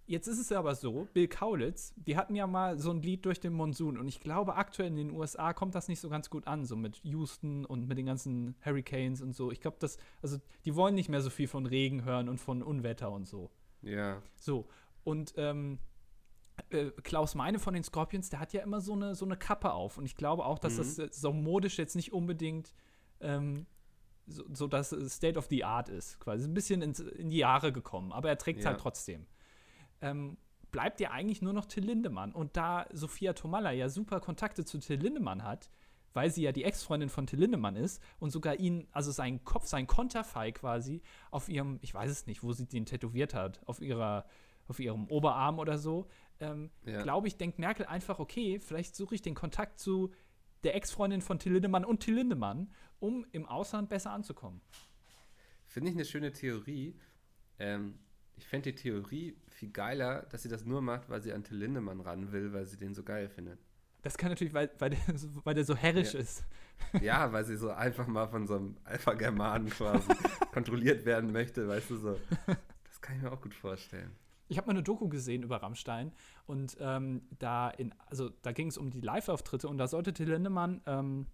Speaker 1: Jetzt ist es aber so, Bill Kaulitz, die hatten ja mal so ein Lied durch den Monsun und ich glaube, aktuell in den USA kommt das nicht so ganz gut an, so mit Houston und mit den ganzen Hurricanes und so. Ich glaube, das, also die wollen nicht mehr so viel von Regen hören und von Unwetter und so.
Speaker 2: Ja.
Speaker 1: So, und ähm, äh, Klaus Meine von den Scorpions, der hat ja immer so eine, so eine Kappe auf. Und ich glaube auch, dass
Speaker 2: Mhm.
Speaker 1: das äh, so modisch jetzt nicht unbedingt ähm, so, so das äh, State of the Art ist. Quasi ein bisschen ins, in die Jahre gekommen, aber er trägt es
Speaker 2: Ja.
Speaker 1: halt trotzdem. Ähm, bleibt ja eigentlich nur noch Till Lindemann. Und da Sophia Tomalla ja super Kontakte zu Till Lindemann hat, weil sie ja die Ex-Freundin von Till Lindemann ist und sogar ihn, also seinen Kopf, sein Konterfei quasi, auf ihrem, ich weiß es nicht, wo sie den tätowiert hat, auf ihrer, auf ihrem Oberarm oder so, ähm,
Speaker 2: Ja.
Speaker 1: glaube ich, denkt Merkel einfach, okay, vielleicht suche ich den Kontakt zu der Ex-Freundin von Till Lindemann und Till Lindemann, um im Ausland besser anzukommen.
Speaker 2: Finde ich eine schöne Theorie. Ähm, ich fände die Theorie viel geiler, dass sie das nur macht, weil sie an Till Lindemann ran will, weil sie den so geil findet.
Speaker 1: Das kann natürlich, weil, weil, der, so- weil der so herrisch
Speaker 2: Ja.
Speaker 1: ist.
Speaker 2: Ja, weil sie so einfach mal von so einem Alpha-Germanen quasi kontrolliert werden möchte, weißt du so. Das kann ich mir auch gut vorstellen.
Speaker 1: Ich habe mal eine Doku gesehen über Rammstein und ähm, da, in, also, da ging es um die Live-Auftritte und da sollte Till Lindemann ähm,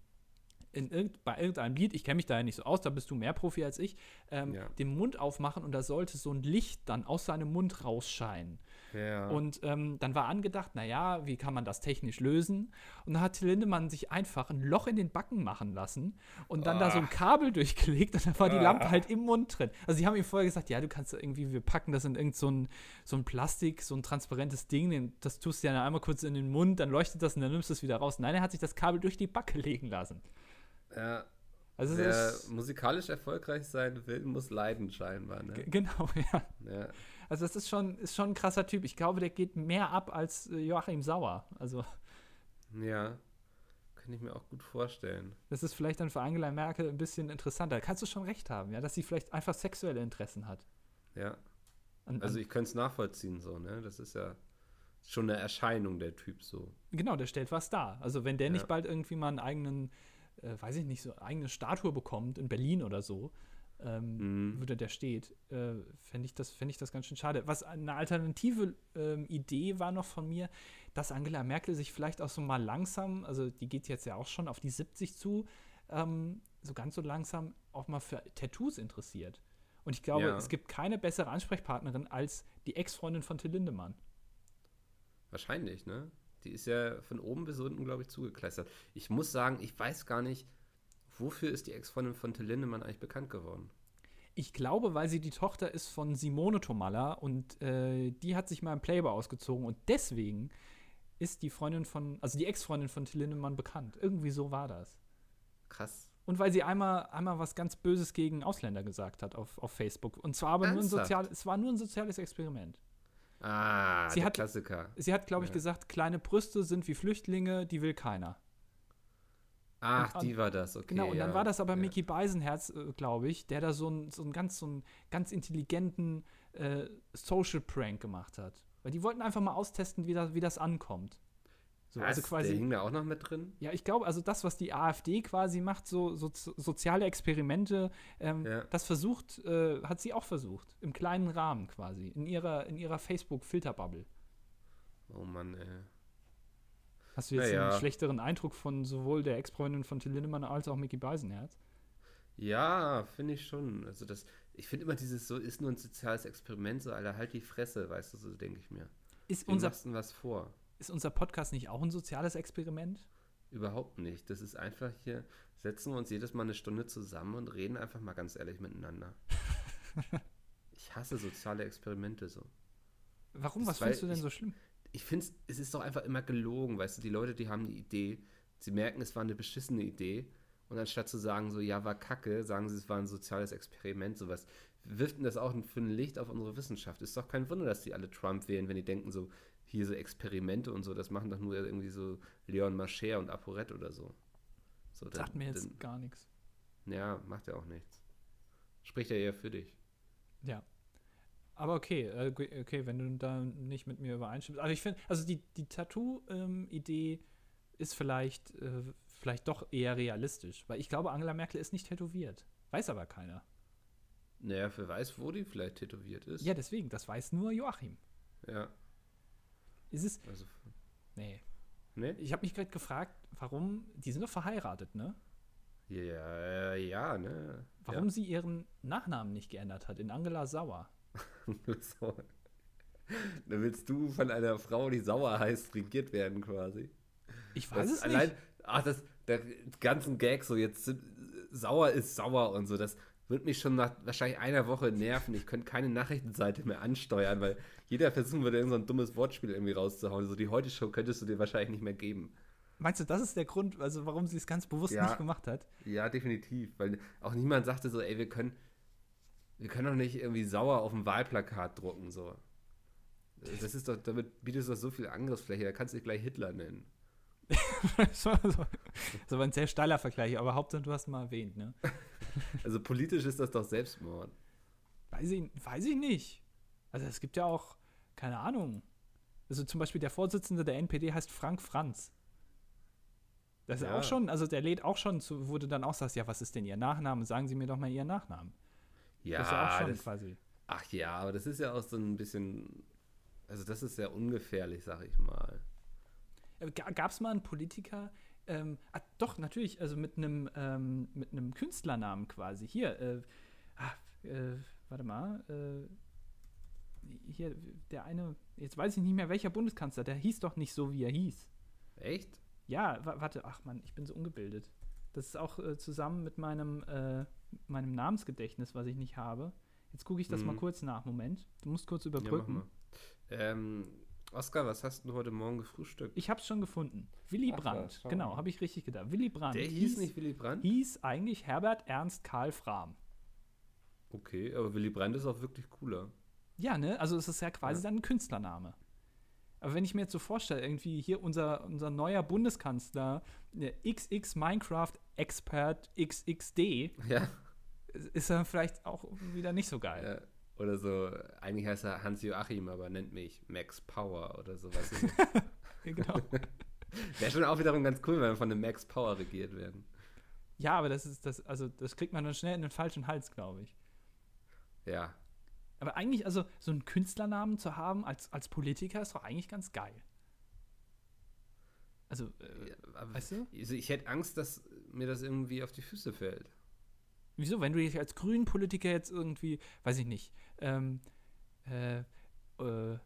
Speaker 1: in irgend, bei irgendeinem Lied, ich kenne mich da ja nicht so aus, da bist du mehr Profi als ich, ähm,
Speaker 2: Ja.
Speaker 1: den Mund aufmachen und da sollte so ein Licht dann aus seinem Mund rausscheinen.
Speaker 2: Ja.
Speaker 1: Und ähm, dann war angedacht, naja, wie kann man das technisch lösen? Und dann hat Till Lindemann sich einfach ein Loch in den Backen machen lassen und dann da so ein
Speaker 2: Ah.
Speaker 1: Kabel durchgelegt und dann war die Lampe
Speaker 2: Ah.
Speaker 1: halt im Mund drin. Also die haben ihm vorher gesagt, ja, du kannst da irgendwie, wir packen das in irgend so ein, so ein Plastik, so ein transparentes Ding, den- das tust du ja einmal kurz in den Mund, dann leuchtet das und dann nimmst du es wieder raus. Nein, er hat sich das Kabel durch die Backe legen lassen.
Speaker 2: ja,
Speaker 1: Also es
Speaker 2: wer
Speaker 1: ist,
Speaker 2: musikalisch erfolgreich sein will, muss leiden scheinbar.
Speaker 1: g-
Speaker 2: Ne?
Speaker 1: genau, ja.
Speaker 2: Ja.
Speaker 1: Also das ist schon, ist schon ein krasser Typ. Ich glaube, der geht mehr ab als äh, Joachim Sauer. Also
Speaker 2: ja, kann ich mir auch gut vorstellen.
Speaker 1: Das ist vielleicht dann für Angela Merkel ein bisschen interessanter. Kannst du schon recht haben, ja, dass sie vielleicht einfach sexuelle Interessen hat.
Speaker 2: Ja,
Speaker 1: An,
Speaker 2: also
Speaker 1: an,
Speaker 2: ich könnte es nachvollziehen so, ne? Das ist ja schon eine Erscheinung der Typ so.
Speaker 1: genau, der stellt was dar. Also wenn der
Speaker 2: Ja.
Speaker 1: nicht bald irgendwie mal einen eigenen, äh, weiß ich nicht, so eine eigene Statue bekommt in Berlin oder so, ähm,
Speaker 2: Mhm.
Speaker 1: wo der, der steht, äh, fände ich, das- fänd ich das ganz schön schade. Was eine alternative ähm, Idee war noch von mir, dass Angela Merkel sich vielleicht auch so mal langsam, also die geht jetzt ja auch schon auf die 70 zu, ähm, so ganz so langsam auch mal für Tattoos interessiert. Und ich glaube,
Speaker 2: Ja.
Speaker 1: es gibt keine bessere Ansprechpartnerin als die Ex-Freundin von Till Lindemann.
Speaker 2: Wahrscheinlich, ne? Die ist ja von oben bis unten, glaube ich, zugekleistert. Ich muss sagen, ich weiß gar nicht, wofür ist die Ex-Freundin von Till Lindemann eigentlich bekannt geworden?
Speaker 1: Ich glaube, weil sie die Tochter ist von Simone Tomalla und äh, die hat sich mal im Playboy ausgezogen und deswegen ist die Freundin von, also die Ex-Freundin von Till Lindemann bekannt. Irgendwie so war das.
Speaker 2: Krass.
Speaker 1: Und weil sie einmal, einmal was ganz Böses gegen Ausländer gesagt hat auf, auf Facebook. Und zwar aber nur ein,
Speaker 2: Ernsthaft?
Speaker 1: sozial, es war nur ein soziales Experiment.
Speaker 2: Ah,
Speaker 1: Sie
Speaker 2: der
Speaker 1: hat-
Speaker 2: Klassiker.
Speaker 1: Sie hat, glaube ich,
Speaker 2: Ja.
Speaker 1: gesagt, kleine Brüste sind wie Flüchtlinge, die will keiner.
Speaker 2: Ach,
Speaker 1: und-
Speaker 2: die war das, okay.
Speaker 1: Genau, und dann
Speaker 2: ja.
Speaker 1: war das aber
Speaker 2: ja.
Speaker 1: Mickey Beisenherz, äh, glaube ich, der da so einen so einen ganz, so einen ganz intelligenten äh, Social Prank gemacht hat. Weil die wollten einfach mal austesten, wie das, wie das ankommt. So,
Speaker 2: Was,
Speaker 1: also
Speaker 2: Der
Speaker 1: quasi,
Speaker 2: hing da auch noch mit drin?
Speaker 1: ja, ich glaube, also das, was die AfD quasi macht, so, so soziale Experimente, ähm,
Speaker 2: Ja.
Speaker 1: das versucht, äh, hat sie auch versucht. Im kleinen Rahmen quasi, in ihrer, in ihrer Facebook-Filterbubble.
Speaker 2: Oh Mann, ey.
Speaker 1: Hast du jetzt
Speaker 2: Naja.
Speaker 1: einen schlechteren Eindruck von sowohl der Ex-Freundin von Till Lindemann als auch Mickey Beisenherz?
Speaker 2: Ja, finde ich schon. Also das, ich finde immer dieses so, ist nur ein soziales Experiment, so, Alter, halt die Fresse, weißt du, so denke ich mir.
Speaker 1: Ist
Speaker 2: Wem
Speaker 1: unser,
Speaker 2: machst du denn was vor?
Speaker 1: ist unser Podcast nicht auch ein soziales Experiment?
Speaker 2: Überhaupt nicht. Das ist einfach hier, setzen wir uns jedes Mal eine Stunde zusammen und reden einfach mal ganz ehrlich miteinander. ich hasse soziale Experimente so.
Speaker 1: Warum?
Speaker 2: Das
Speaker 1: Was
Speaker 2: war-
Speaker 1: findest du denn
Speaker 2: ich-
Speaker 1: so schlimm?
Speaker 2: Ich finde, es ist doch einfach immer gelogen, weißt du, die Leute, die haben eine Idee, sie merken, es war eine beschissene Idee und anstatt zu sagen so, ja, war kacke, sagen sie, es war ein soziales Experiment, sowas. Wirft denn das auch für ein Licht auf unsere Wissenschaft? Ist doch kein Wunder, dass die alle Trump wählen, wenn die denken so, hier so Experimente und so, das machen doch nur irgendwie so Leon Mascher und Aporet oder so. so dann-
Speaker 1: Sagt mir jetzt
Speaker 2: dann-
Speaker 1: gar nichts.
Speaker 2: Ja, macht ja auch nichts. Spricht ja eher für dich.
Speaker 1: Ja. Aber okay, äh, gu- okay, wenn du da nicht mit mir übereinstimmst. Also ich finde, also die, die Tattoo-Idee ähm, ist vielleicht, äh, vielleicht doch eher realistisch, weil ich glaube, Angela Merkel ist nicht tätowiert. Weiß aber keiner.
Speaker 2: Naja, wer weiß, wo die vielleicht tätowiert ist.
Speaker 1: Ja, deswegen, das weiß nur Joachim.
Speaker 2: Ja,
Speaker 1: Ist es.
Speaker 2: also.
Speaker 1: Nee.
Speaker 2: Ne?
Speaker 1: Ich habe mich gerade gefragt, warum. Die sind doch verheiratet, ne?
Speaker 2: Ja, ja, ne?
Speaker 1: Warum sie ihren Nachnamen nicht geändert hat in Angela Sauer.
Speaker 2: Ja. Sauer. Dann willst du von einer Frau, die sauer heißt, regiert werden quasi.
Speaker 1: Ich weiß
Speaker 2: das
Speaker 1: es
Speaker 2: allein,
Speaker 1: nicht.
Speaker 2: Ach, das, der ganzen Gag so jetzt sind, sauer ist sauer und so, das wird mich schon nach wahrscheinlich einer Woche nerven. Ich könnte keine Nachrichtenseite mehr ansteuern, weil jeder versuchen würde, irgend so ein dummes Wortspiel irgendwie rauszuhauen. So die Heute-Show könntest du dir wahrscheinlich nicht mehr geben.
Speaker 1: Meinst du, das ist der Grund, also warum sie es ganz bewusst
Speaker 2: Ja.
Speaker 1: nicht gemacht hat?
Speaker 2: Ja, definitiv, weil auch niemand sagte so, ey, wir können, wir können doch nicht irgendwie sauer auf ein Wahlplakat drucken, so. Das ist doch, damit bietest du doch so viel Angriffsfläche, da kannst du dich gleich Hitler nennen.
Speaker 1: das war so- das war ein sehr steiler Vergleich, aber Hauptsache du hast mal erwähnt, ne?
Speaker 2: Also politisch ist das doch Selbstmord.
Speaker 1: Weiß ich, weiß ich nicht. Also es gibt ja auch, keine Ahnung. Also zum Beispiel der Vorsitzende der NPD heißt Frank Franz. Das ist
Speaker 2: Ja.
Speaker 1: auch schon, also der lädt auch schon zu, wurde dann auch sagst, ja, was ist denn Ihr Nachname? Sagen Sie mir doch mal Ihren Nachnamen.
Speaker 2: Ja,
Speaker 1: das ist ja auch schon
Speaker 2: das-
Speaker 1: quasi.
Speaker 2: ach ja, aber das ist ja auch so ein bisschen, also das ist ja ungefährlich, sag ich mal.
Speaker 1: Gab es Äh, mal einen Politiker, ähm, ah, doch, natürlich, also mit einem ähm, mit einem Künstlernamen quasi. Hier, äh, ah, äh, warte mal, äh, hier, der eine, jetzt weiß ich nicht mehr, welcher Bundeskanzler, der hieß doch nicht so, wie er hieß.
Speaker 2: Echt?
Speaker 1: Ja, wa warte, ach Mann, ich bin so ungebildet. Das ist auch äh, zusammen mit meinem, äh, meinem Namensgedächtnis, was ich nicht habe. Jetzt gucke ich das mal
Speaker 2: Mhm.
Speaker 1: kurz nach. Moment, du musst kurz
Speaker 2: Ja, mach
Speaker 1: überbrücken.
Speaker 2: mal. Ähm, Oskar, was hast du heute Morgen gefrühstückt?
Speaker 1: ich habe es schon gefunden. Willy
Speaker 2: Ach,
Speaker 1: Brandt,
Speaker 2: ja, schau.
Speaker 1: genau, habe ich richtig gedacht. Willy Brandt.
Speaker 2: Der hieß nicht Willy Brandt?
Speaker 1: hieß eigentlich Herbert Ernst Karl Frahm.
Speaker 2: Okay, aber Willy Brandt ist auch wirklich cooler.
Speaker 1: Ja, ne? Also es ist ja quasi
Speaker 2: Ja.
Speaker 1: dann ein Künstlername. Aber wenn ich mir jetzt so vorstelle, irgendwie hier unser, unser neuer Bundeskanzler, ne, XX Minecraft Expert XXD,
Speaker 2: Ja.
Speaker 1: ist er vielleicht auch wieder nicht so geil.
Speaker 2: Ja, Äh, oder so, eigentlich heißt er Hans Joachim, aber nennt mich Max Power oder sowas.
Speaker 1: Ja, genau.
Speaker 2: Wäre schon auch wiederum ganz cool, wenn wir von einem Max Power regiert werden.
Speaker 1: ja, aber das ist das, also das kriegt man dann schnell in den falschen Hals, glaube ich.
Speaker 2: Ja.
Speaker 1: Aber eigentlich, also so einen Künstlernamen zu haben als, als Politiker ist doch eigentlich ganz geil. Also, äh,
Speaker 2: Aber
Speaker 1: weißt du?
Speaker 2: also ich hätte Angst, dass mir das irgendwie auf die Füße fällt.
Speaker 1: Wieso, wenn du dich als Grünen-Politiker jetzt irgendwie, weiß ich nicht, ähm, äh, äh,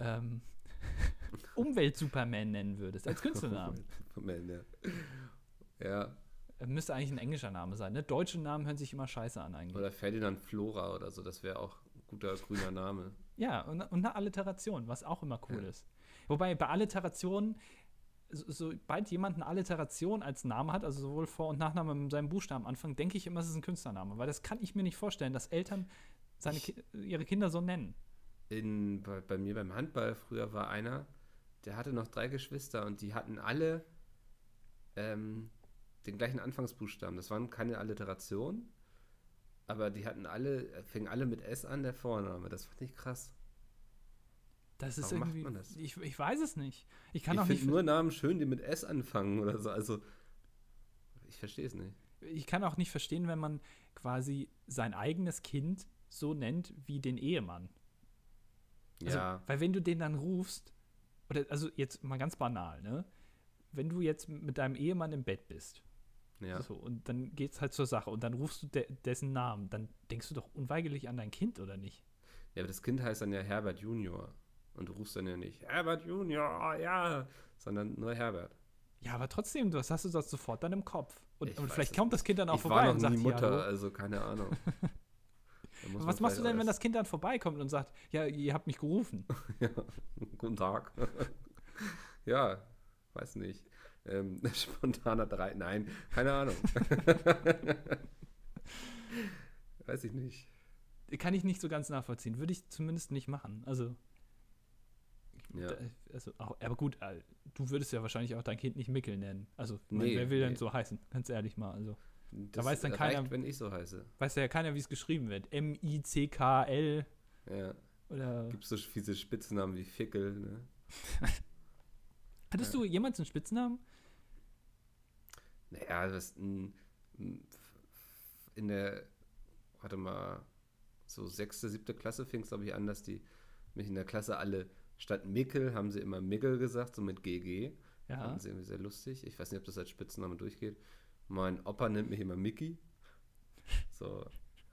Speaker 1: ähm, Umwelt-Superman nennen würdest, als Künstlernamen.
Speaker 2: Moment, ja. ne. ja.
Speaker 1: Äh, Müsste eigentlich ein englischer Name sein, ne? Deutsche Namen hören sich immer scheiße an eigentlich.
Speaker 2: Oder Ferdinand Flora oder so, das wäre auch ein guter grüner Name.
Speaker 1: Ja, und, und eine Alliteration, was auch immer cool
Speaker 2: Ja.
Speaker 1: ist. Wobei bei Alliterationen, so, sobald jemand eine Alliteration als Name hat, also sowohl Vor- und Nachname mit seinem Buchstaben anfangen, denke ich immer, es ist ein Künstlername, weil das kann ich mir nicht vorstellen, dass Eltern seine, Ki ihre Kinder so nennen.
Speaker 2: In, bei, bei mir beim Handball früher war einer, der hatte noch drei Geschwister und die hatten alle ähm, den gleichen Anfangsbuchstaben. Das waren keine Alliterationen, aber die hatten alle, äh, fingen alle mit S an, der Vorname. Das fand ich krass.
Speaker 1: Das ist
Speaker 2: Warum macht
Speaker 1: irgendwie.
Speaker 2: man das?
Speaker 1: Ich, ich weiß es nicht. Ich kann auch
Speaker 2: ich
Speaker 1: nicht.
Speaker 2: finde nur Namen schön, die mit S anfangen oder so. Also, ich verstehe es nicht.
Speaker 1: Ich kann auch nicht verstehen, wenn man quasi sein eigenes Kind so nennt wie den Ehemann. Also,
Speaker 2: ja,
Speaker 1: Weil wenn du den dann rufst, oder also jetzt mal ganz banal, ne? Wenn du jetzt mit deinem Ehemann im Bett bist,
Speaker 2: ja.
Speaker 1: so, und dann geht's halt zur Sache und dann rufst du de dessen Namen, dann denkst du doch unweigerlich an dein Kind, oder nicht?
Speaker 2: Ja, aber das Kind heißt dann ja Herbert Junior. Und du rufst dann ja nicht Herbert Junior, ja, sondern nur Herbert.
Speaker 1: Ja, aber trotzdem, das hast du das sofort dann im Kopf. Und,
Speaker 2: Ich
Speaker 1: und
Speaker 2: weiß
Speaker 1: vielleicht
Speaker 2: es
Speaker 1: kommt das Kind dann auch
Speaker 2: ich
Speaker 1: vorbei
Speaker 2: war noch
Speaker 1: und sagt,
Speaker 2: nie
Speaker 1: hier,
Speaker 2: Mutter,
Speaker 1: hallo.
Speaker 2: also keine Ahnung. Da muss man
Speaker 1: Was machst du
Speaker 2: vielleicht
Speaker 1: denn, wenn
Speaker 2: auch
Speaker 1: das Kind dann vorbeikommt und sagt, ja, ihr habt mich gerufen?
Speaker 2: erst- Guten Tag. ja, weiß nicht. Ähm, spontaner drei, nein, keine Ahnung. weiß ich nicht.
Speaker 1: Kann ich nicht so ganz nachvollziehen. Würde ich zumindest nicht machen. Also,
Speaker 2: Ja.
Speaker 1: da, also auch, aber gut, äh, du würdest ja wahrscheinlich auch dein Kind nicht Mickel nennen. Also, ich mein,
Speaker 2: Nee,
Speaker 1: wer will denn
Speaker 2: nee.
Speaker 1: so heißen? Ganz ehrlich mal. Also,
Speaker 2: Das
Speaker 1: weiß dann
Speaker 2: reicht,
Speaker 1: keiner-
Speaker 2: wenn ich so heiße.
Speaker 1: weiß ja keiner, wie es geschrieben wird. M-I-C-K-L
Speaker 2: Ja.
Speaker 1: oder.
Speaker 2: Gibt so fiese Spitznamen wie Fickel, ne?
Speaker 1: Hattest du jemals einen Spitznamen?
Speaker 2: Naja, das in, in der, warte mal, so sechste, siebte Klasse fing es, glaube ich, an, dass die mich in der Klasse alle statt Mickel haben sie immer Mickel gesagt, so mit GG.
Speaker 1: Ja.
Speaker 2: Fanden sie irgendwie sehr lustig. Ich weiß nicht, ob das als Spitzname durchgeht. Mein Opa nennt mich immer Mickey. So,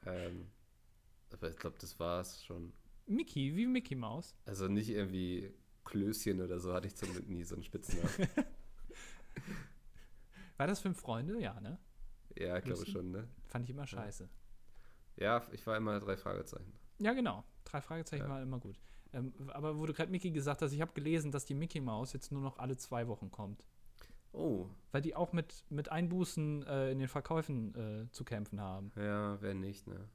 Speaker 2: ähm, aber ich glaube, das war's schon.
Speaker 1: Mickey, wie Mickey Maus.
Speaker 2: Also nicht irgendwie Klößchen oder so hatte ich zum Glück nie so einen Spitznamen.
Speaker 1: War das fünf Freunde? Ja, ne?
Speaker 2: ja, ich glaube
Speaker 1: Klößchen?
Speaker 2: schon, ne?
Speaker 1: Fand ich immer scheiße.
Speaker 2: Ja, ich war immer drei Fragezeichen.
Speaker 1: Ja, genau. Drei Fragezeichen
Speaker 2: Ja.
Speaker 1: waren immer gut. Ähm, aber wo du gerade Mickey gesagt hast, ich habe gelesen, dass die Mickey Maus jetzt nur noch alle zwei Wochen kommt.
Speaker 2: Oh,
Speaker 1: Weil die auch mit, mit Einbußen äh, in den Verkäufen äh, zu kämpfen haben.
Speaker 2: ja, wer nicht, ne?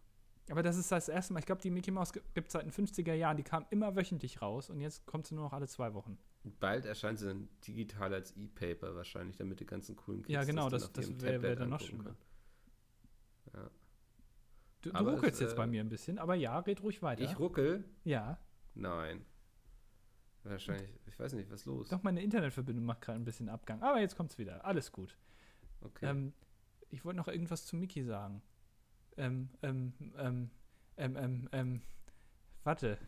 Speaker 1: Aber das ist das erste Mal. Ich glaube, die Mickey Maus gibt es seit den 50er Jahren. Die kam immer wöchentlich raus und jetzt kommt sie nur noch alle zwei Wochen.
Speaker 2: Bald erscheint sie dann digital als E-Paper wahrscheinlich, damit die ganzen coolen Kids
Speaker 1: Ja, genau,
Speaker 2: dann
Speaker 1: das-
Speaker 2: auf
Speaker 1: das
Speaker 2: ihrem
Speaker 1: wär- wär
Speaker 2: Tablet
Speaker 1: dann noch
Speaker 2: angucken
Speaker 1: schlimmer.
Speaker 2: können. Ja.
Speaker 1: Du, du
Speaker 2: Aber es,
Speaker 1: ruckelst jetzt
Speaker 2: äh,
Speaker 1: bei mir ein bisschen, aber ja, red ruhig weiter.
Speaker 2: Ich ruckel?
Speaker 1: ja,
Speaker 2: Nein. Wahrscheinlich, ich weiß nicht, was ist los?
Speaker 1: doch meine Internetverbindung macht gerade ein bisschen Abgang. Aber jetzt kommt's wieder. Alles gut.
Speaker 2: Okay.
Speaker 1: Ähm, ich wollte noch irgendwas zu Mickey sagen. Ähm, ähm, ähm, ähm, ähm, ähm. Warte.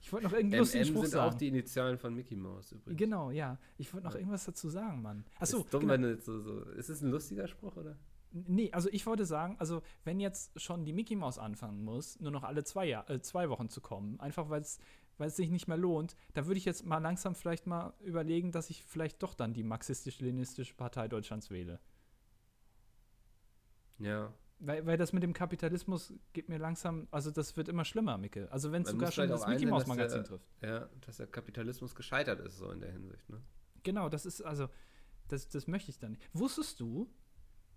Speaker 1: Ich wollte noch irgendeinen
Speaker 2: MM
Speaker 1: lustigen
Speaker 2: sind
Speaker 1: Spruch sagen.
Speaker 2: auch die Initialen von Mickey Mouse übrigens.
Speaker 1: genau, ja. Ich wollte noch
Speaker 2: Ja.
Speaker 1: irgendwas dazu sagen, Mann.
Speaker 2: Ist
Speaker 1: Achso,
Speaker 2: dumm,
Speaker 1: genau.
Speaker 2: wenn du jetzt so, so. Ist es ein lustiger Spruch, oder?
Speaker 1: Nee, also ich wollte sagen, also wenn jetzt schon die Mickey Maus anfangen muss, nur noch alle zwei, Jahr, äh, zwei Wochen zu kommen, einfach weil es weil es sich nicht mehr lohnt, da würde ich jetzt mal langsam vielleicht mal überlegen, dass ich vielleicht doch dann die marxistisch-leninistische Partei Deutschlands wähle.
Speaker 2: Ja.
Speaker 1: Weil, weil das mit dem Kapitalismus geht mir langsam, also das wird immer schlimmer, Micke. Also wenn es
Speaker 2: Man
Speaker 1: sogar
Speaker 2: muss
Speaker 1: schon
Speaker 2: vielleicht
Speaker 1: das
Speaker 2: auch
Speaker 1: Mickey
Speaker 2: einsehen,
Speaker 1: Maus
Speaker 2: dass
Speaker 1: Magazin
Speaker 2: der-
Speaker 1: trifft.
Speaker 2: Ja, dass der Kapitalismus gescheitert ist, so in der Hinsicht, ne?
Speaker 1: Genau, das ist also, das, das möchte ich dann nicht. Wusstest du,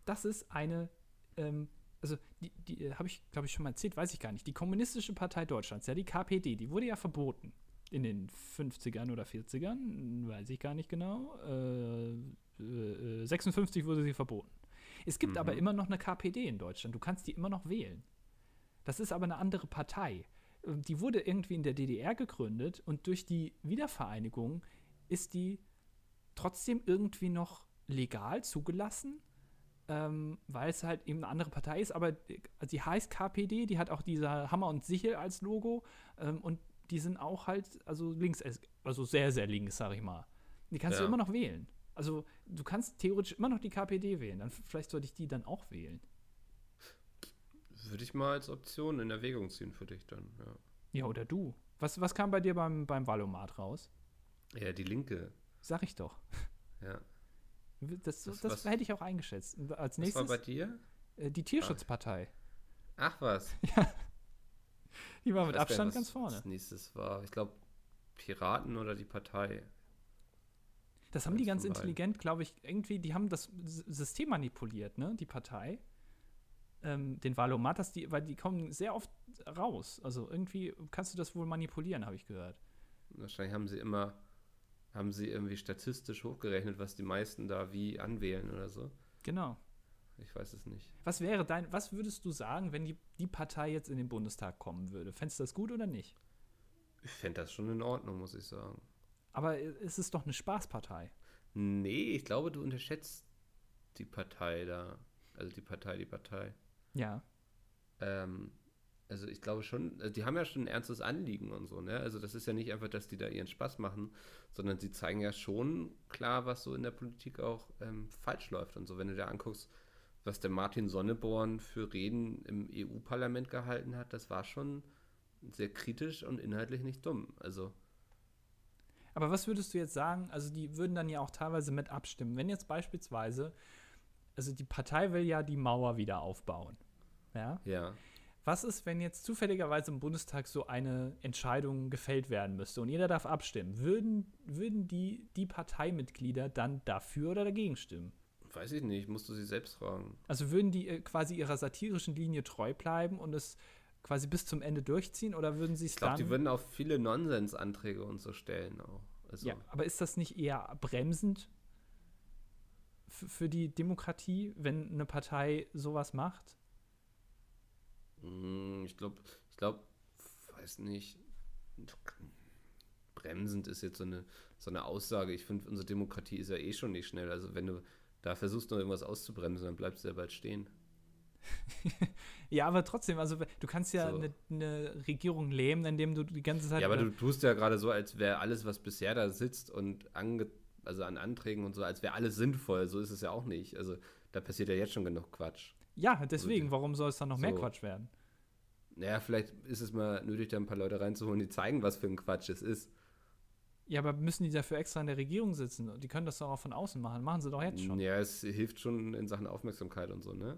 Speaker 1: dass es eine, ähm, also die, die habe ich, glaube ich, schon mal erzählt, weiß ich gar nicht. Die Kommunistische Partei Deutschlands, ja, die KPD, die wurde ja verboten in den 50ern oder 40ern, weiß ich gar nicht genau. Äh, äh, äh, 56 wurde sie verboten. Es gibt aber
Speaker 2: Mhm.
Speaker 1: immer noch eine KPD in Deutschland. Du kannst die immer noch wählen. Das ist aber eine andere Partei. Ähm, Die wurde irgendwie in der DDR gegründet und durch die Wiedervereinigung ist die trotzdem irgendwie noch legal zugelassen, ähm, weil es halt eben eine andere Partei ist. Aber äh, sie heißt KPD, die hat auch dieser Hammer und Sichel als Logo ähm, und die sind auch halt, also links, also sehr, sehr links, sag ich mal. Die kannst du
Speaker 2: Ja.
Speaker 1: immer noch wählen. Also du kannst theoretisch immer noch die KPD wählen. Dann vielleicht sollte ich die dann auch wählen.
Speaker 2: Würde ich mal als Option in Erwägung ziehen für dich dann, ja.
Speaker 1: Ja, oder du. Was, was kam bei dir beim, beim Valomat raus?
Speaker 2: Ja, die Linke,
Speaker 1: Sag ich doch.
Speaker 2: ja.
Speaker 1: Das, das,
Speaker 2: Das- was-
Speaker 1: hätte ich auch eingeschätzt. Als
Speaker 2: Was war bei Ah.
Speaker 1: nächstes
Speaker 2: dir?
Speaker 1: äh, die Tierschutzpartei.
Speaker 2: Ach was.
Speaker 1: Die war mit
Speaker 2: Weiß gar
Speaker 1: Abstand
Speaker 2: nicht,
Speaker 1: ganz
Speaker 2: was
Speaker 1: vorne.
Speaker 2: Als nächstes war, ich glaube, Piraten oder die Partei.
Speaker 1: Das haben die ganz
Speaker 2: eins von beiden.
Speaker 1: intelligent, glaube ich, irgendwie, die haben das S- System manipuliert, ne? Die Partei. Ähm, den Valomat, dass die, weil die kommen sehr oft raus. Also irgendwie kannst du das wohl manipulieren, habe ich gehört.
Speaker 2: Wahrscheinlich haben sie immer, haben sie irgendwie statistisch hochgerechnet, was die meisten da wie anwählen oder so.
Speaker 1: Genau.
Speaker 2: Ich weiß es nicht.
Speaker 1: Was wäre dein, was würdest du sagen, wenn die, die Partei jetzt in den Bundestag kommen würde? Fändest du das gut oder nicht?
Speaker 2: Ich fände das schon in Ordnung, muss ich sagen.
Speaker 1: Aber äh, es ist doch eine Spaßpartei.
Speaker 2: Nee, ich glaube, du unterschätzt die Partei da. Also die Partei, die Partei.
Speaker 1: Ja.
Speaker 2: Ähm, also ich glaube schon, also die haben ja schon ein ernstes Anliegen und so, ne? Also das ist ja nicht einfach, dass die da ihren Spaß machen, sondern sie zeigen ja schon klar, was so in der Politik auch ähm, falsch läuft und so. Wenn du dir anguckst, was der Martin Sonneborn für Reden im EU-Parlament gehalten hat, das war schon sehr kritisch und inhaltlich nicht dumm. Also
Speaker 1: Aber was würdest du jetzt sagen? Also, die würden dann ja auch teilweise mit abstimmen. Wenn jetzt beispielsweise, also die Partei will ja die Mauer wieder aufbauen. Ja.
Speaker 2: ja,
Speaker 1: Was ist, wenn jetzt zufälligerweise im Bundestag so eine Entscheidung gefällt werden müsste und jeder darf abstimmen? Würden, würden die, die Parteimitglieder dann dafür oder dagegen stimmen?
Speaker 2: weiß ich nicht, musst du sie selbst fragen.
Speaker 1: Also würden die äh, quasi ihrer satirischen Linie treu bleiben und es quasi bis zum Ende durchziehen oder würden sie es
Speaker 2: Ich glaube,
Speaker 1: dann
Speaker 2: die würden auch viele Nonsensanträge und so stellen auch. Also,
Speaker 1: Ja, aber ist das nicht eher bremsend f- für die Demokratie, wenn eine Partei sowas macht?
Speaker 2: Mm, Ich glaube, ich glaube, weiß nicht. Bremsend ist jetzt so eine, so eine Aussage. Ich finde, unsere Demokratie ist ja eh schon nicht schnell. Also wenn du da versuchst, noch irgendwas auszubremsen, dann bleibst du ja bald stehen.
Speaker 1: Ja, aber trotzdem, also du kannst ja
Speaker 2: So.
Speaker 1: eine eine Regierung lähmen, indem du die ganze Zeit.
Speaker 2: Ja, aber
Speaker 1: über-
Speaker 2: du tust ja gerade so, als wäre alles, was bisher da sitzt und ange also an Anträgen und so, als wäre alles sinnvoll. So ist es ja auch nicht. Also da passiert ja jetzt schon genug Quatsch.
Speaker 1: ja deswegen,
Speaker 2: du-
Speaker 1: warum soll es dann noch mehr
Speaker 2: so.
Speaker 1: Quatsch werden?
Speaker 2: Naja, vielleicht ist es mal nötig, da ein paar Leute reinzuholen, die zeigen, was für ein Quatsch es ist.
Speaker 1: Ja, aber müssen die dafür extra in der Regierung sitzen? Und Die können das doch auch von außen machen. Machen sie doch jetzt schon.
Speaker 2: Ja, es hilft schon in Sachen Aufmerksamkeit und so, ne?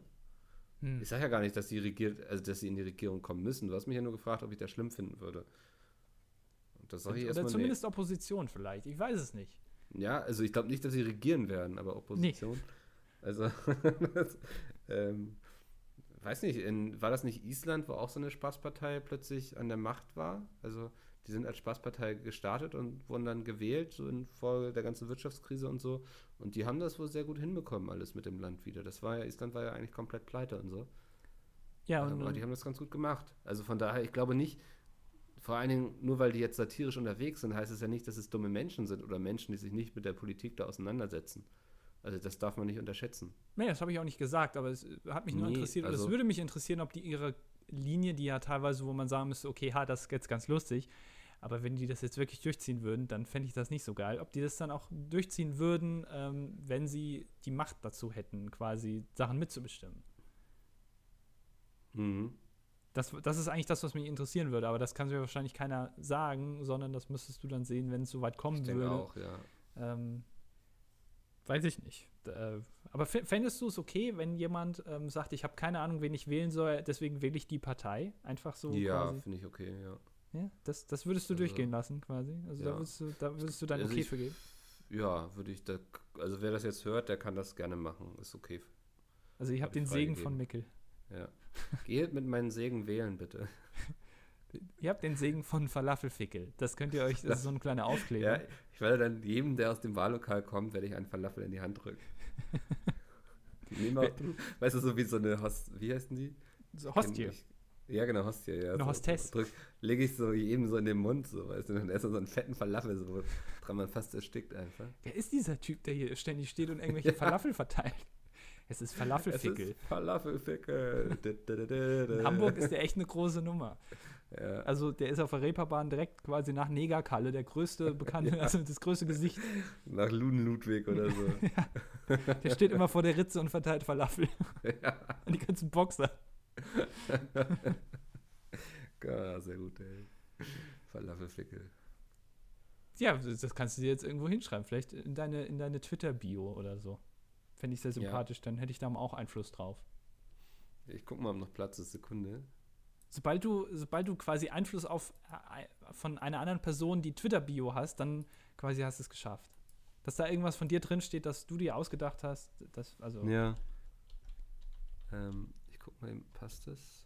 Speaker 1: Hm.
Speaker 2: Ich sage ja gar nicht, dass die regiert, also dass sie in die Regierung kommen müssen. Du hast mich ja nur gefragt, ob ich das schlimm finden würde. Und das sage ich
Speaker 1: Oder
Speaker 2: erstmal
Speaker 1: zumindest Opposition vielleicht. Ich weiß es nicht.
Speaker 2: nee. Ja, also ich glaube nicht, dass sie regieren werden, aber Opposition. Also, das, ähm, weiß nicht, in, war das nicht Island, wo auch so eine Spaßpartei plötzlich an der Macht war? Also, die sind als Spaßpartei gestartet und wurden dann gewählt, so infolge der ganzen Wirtschaftskrise und so. Und die haben das wohl sehr gut hinbekommen, alles mit dem Land wieder. Das war ja, Island war ja eigentlich komplett pleite und so.
Speaker 1: Ja, und,
Speaker 2: Aber die haben das ganz gut gemacht. Also von daher, ich glaube nicht, vor allen Dingen, nur weil die jetzt satirisch unterwegs sind, heißt es ja nicht, dass es dumme Menschen sind oder Menschen, die sich nicht mit der Politik da auseinandersetzen. Also das darf man nicht unterschätzen.
Speaker 1: nee, das habe ich auch nicht gesagt, aber es äh, hat mich nur
Speaker 2: Nee,
Speaker 1: interessiert. Also, es
Speaker 2: also-
Speaker 1: würde mich interessieren, ob die ihre Linie, die ja teilweise, wo man sagen müsste, okay, ha, das ist jetzt ganz lustig, aber wenn die das jetzt wirklich durchziehen würden, dann fände ich das nicht so geil. Ob die das dann auch durchziehen würden, ähm, wenn sie die Macht dazu hätten, quasi Sachen mitzubestimmen.
Speaker 2: Mhm.
Speaker 1: Das, das ist eigentlich das, was mich interessieren würde, aber das kann mir wahrscheinlich keiner sagen, sondern das müsstest du dann sehen, wenn es so weit kommen
Speaker 2: Ich denke
Speaker 1: würde.
Speaker 2: auch, ja.
Speaker 1: Ähm, weiß ich nicht. D- Äh, aber f- fändest du es okay, wenn jemand ähm, sagt, ich habe keine Ahnung, wen ich wählen soll, deswegen wähle ich die Partei? Einfach so
Speaker 2: ja,
Speaker 1: quasi.
Speaker 2: finde ich okay, ja.
Speaker 1: Ja, das, das würdest du
Speaker 2: Also,
Speaker 1: durchgehen lassen, quasi. Also da
Speaker 2: ja.
Speaker 1: würdest du, da würdest du dann
Speaker 2: Also
Speaker 1: okay
Speaker 2: ich-
Speaker 1: für geben.
Speaker 2: Ja, würde ich da, also wer das jetzt hört, der kann das gerne machen. Ist okay.
Speaker 1: Also ich habe
Speaker 2: hab ich
Speaker 1: den Segen von
Speaker 2: freigegeben.
Speaker 1: Mickel.
Speaker 2: Ja. Geht mit meinen Segen wählen, bitte.
Speaker 1: Ihr habt den Segen von Falafelfickel. Das könnt ihr euch, das ist so ein kleiner
Speaker 2: Ja,
Speaker 1: Aufkleber.
Speaker 2: ich werde dann jedem, der aus dem Wahllokal kommt, werde ich einen Falafel in die Hand drücken. Nehmen wir, weißt du, so wie so eine Host, wie heißen die?
Speaker 1: so, Hostie.
Speaker 2: Kenn ich. Ja, genau, Hostie. Ja,
Speaker 1: Eine
Speaker 2: so,
Speaker 1: Hostess.
Speaker 2: Drück, lege ich so jedem so in den Mund, so, weißt du, dann erst so einen fetten Falafel, so, dran man fast erstickt einfach.
Speaker 1: Wer ist dieser Typ, der hier ständig steht und irgendwelche
Speaker 2: Ja.
Speaker 1: Falafel verteilt? Es ist Falafelfickel.
Speaker 2: Falafelfickel. Dä, dä, dä, dä, dä.
Speaker 1: In Hamburg ist der echt eine große Nummer.
Speaker 2: Ja.
Speaker 1: Also der ist auf der Reeperbahn direkt quasi nach Negerkalle, der größte bekannte, also das größte Gesicht.
Speaker 2: Nach Luden Ludwig oder so.
Speaker 1: Der steht immer vor der Ritze und verteilt Falafel
Speaker 2: ja.
Speaker 1: an die ganzen Boxer.
Speaker 2: ja, sehr gut, ey. Falafelfickel.
Speaker 1: Ja, das das kannst du dir jetzt irgendwo hinschreiben, vielleicht in deine, in deine Twitter-Bio oder so. Fände ich sehr
Speaker 2: Ja.
Speaker 1: sympathisch, dann hätte ich da mal auch Einfluss drauf.
Speaker 2: Ich guck mal, ob noch Platz ist. Sekunde.
Speaker 1: Sobald du, sobald du quasi Einfluss auf äh, von einer anderen Person die Twitter-Bio hast, dann quasi hast du es geschafft. Dass da irgendwas von dir drin steht, das du dir ausgedacht hast, das, also.
Speaker 2: Ja. Ähm, ich guck mal, eben, passt das?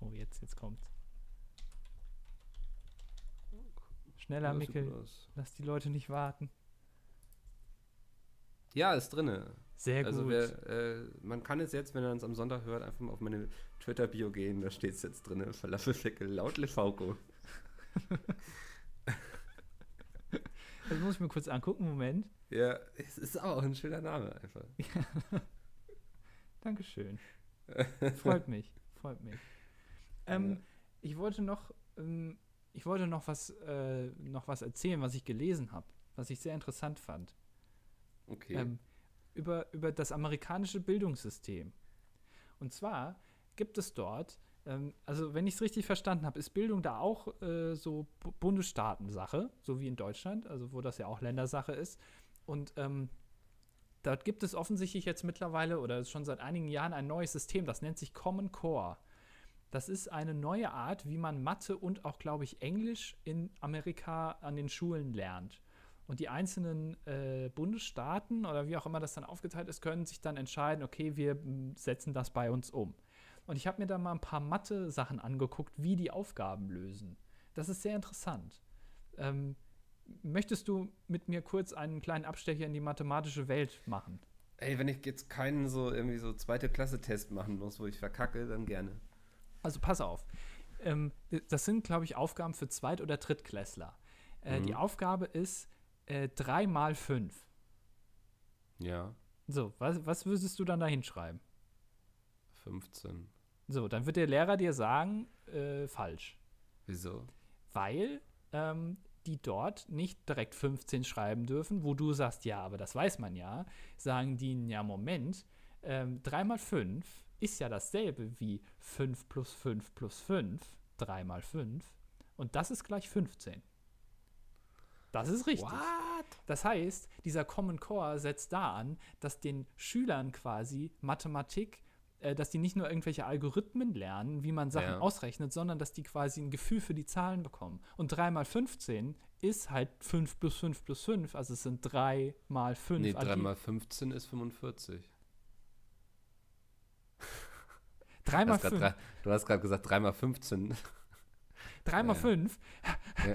Speaker 1: Oh, jetzt, jetzt kommt. Schneller,
Speaker 2: Ja, sieht
Speaker 1: Mickel.
Speaker 2: gut aus.
Speaker 1: Lass die Leute nicht warten.
Speaker 2: Ja, ist drinne.
Speaker 1: Sehr
Speaker 2: also
Speaker 1: gut.
Speaker 2: wer, äh, man kann es jetzt, wenn er uns am Sonntag hört, einfach mal auf meine Twitter-Bio gehen, da steht es jetzt drin, Falafelflecke laut Lefauco.
Speaker 1: das Also muss ich mir kurz angucken. Moment.
Speaker 2: Ja, es ist aber auch ein schöner Name einfach.
Speaker 1: Dankeschön. Freut mich. Freut mich. Ähm, Ich wollte noch, ähm, ich wollte noch was, äh, noch was erzählen, was ich gelesen habe, was ich sehr interessant fand.
Speaker 2: Okay.
Speaker 1: ähm, über, über das amerikanische Bildungssystem. Und zwar gibt es dort, ähm, also wenn ich es richtig verstanden habe, ist Bildung da auch äh, so B- Bundesstaatensache, so wie in Deutschland, also wo das ja auch Ländersache ist. Und ähm, dort gibt es offensichtlich jetzt mittlerweile oder schon seit einigen Jahren ein neues System, das nennt sich Common Core. Das ist eine neue Art, wie man Mathe und auch, glaube ich, Englisch in Amerika an den Schulen lernt. Und die einzelnen äh, Bundesstaaten oder wie auch immer das dann aufgeteilt ist, können sich dann entscheiden, okay, wir m, setzen das bei uns um. Und ich habe mir da mal ein paar Mathe-Sachen angeguckt, wie die Aufgaben lösen. Das ist sehr interessant. Ähm, möchtest du mit mir kurz einen kleinen Abstecher in die mathematische Welt machen?
Speaker 2: Ey, wenn ich jetzt keinen so irgendwie so zweite Klasse-Test machen muss, wo ich verkacke, dann gerne.
Speaker 1: Also pass auf. Ähm, das sind, glaube ich, Aufgaben für Zweit- oder Drittklässler. Äh, Die Aufgabe ist äh, 3 mal 5.
Speaker 2: Ja.
Speaker 1: So, was, was würdest du dann da hinschreiben?
Speaker 2: 15.
Speaker 1: So, dann wird der Lehrer dir sagen, äh, falsch.
Speaker 2: Wieso?
Speaker 1: Weil ähm, die dort nicht direkt 15 schreiben dürfen, wo du sagst, ja, aber das weiß man ja, sagen die, ja, Moment, ähm, 3 mal 5 ist ja dasselbe wie 5 plus 5 plus 5, 3 mal 5, und das ist gleich 15. Das ist richtig. Das heißt, dieser Common Core setzt da an, dass den Schülern quasi Mathematik, äh, dass die nicht nur irgendwelche Algorithmen lernen, wie man Sachen
Speaker 2: Ja.
Speaker 1: ausrechnet, sondern dass die quasi ein Gefühl für die Zahlen bekommen. Und 3 mal 15 ist halt 5 plus 5 plus 5, also es sind 3 mal Also 5.
Speaker 2: Nee, 3 mal 15 ist 45.
Speaker 1: 3
Speaker 2: Du
Speaker 1: mal
Speaker 2: hast grad
Speaker 1: 5.
Speaker 2: drei- du hast gerade gesagt 3 mal 15.
Speaker 1: 3 mal
Speaker 2: Ja.
Speaker 1: 5.
Speaker 2: Ja.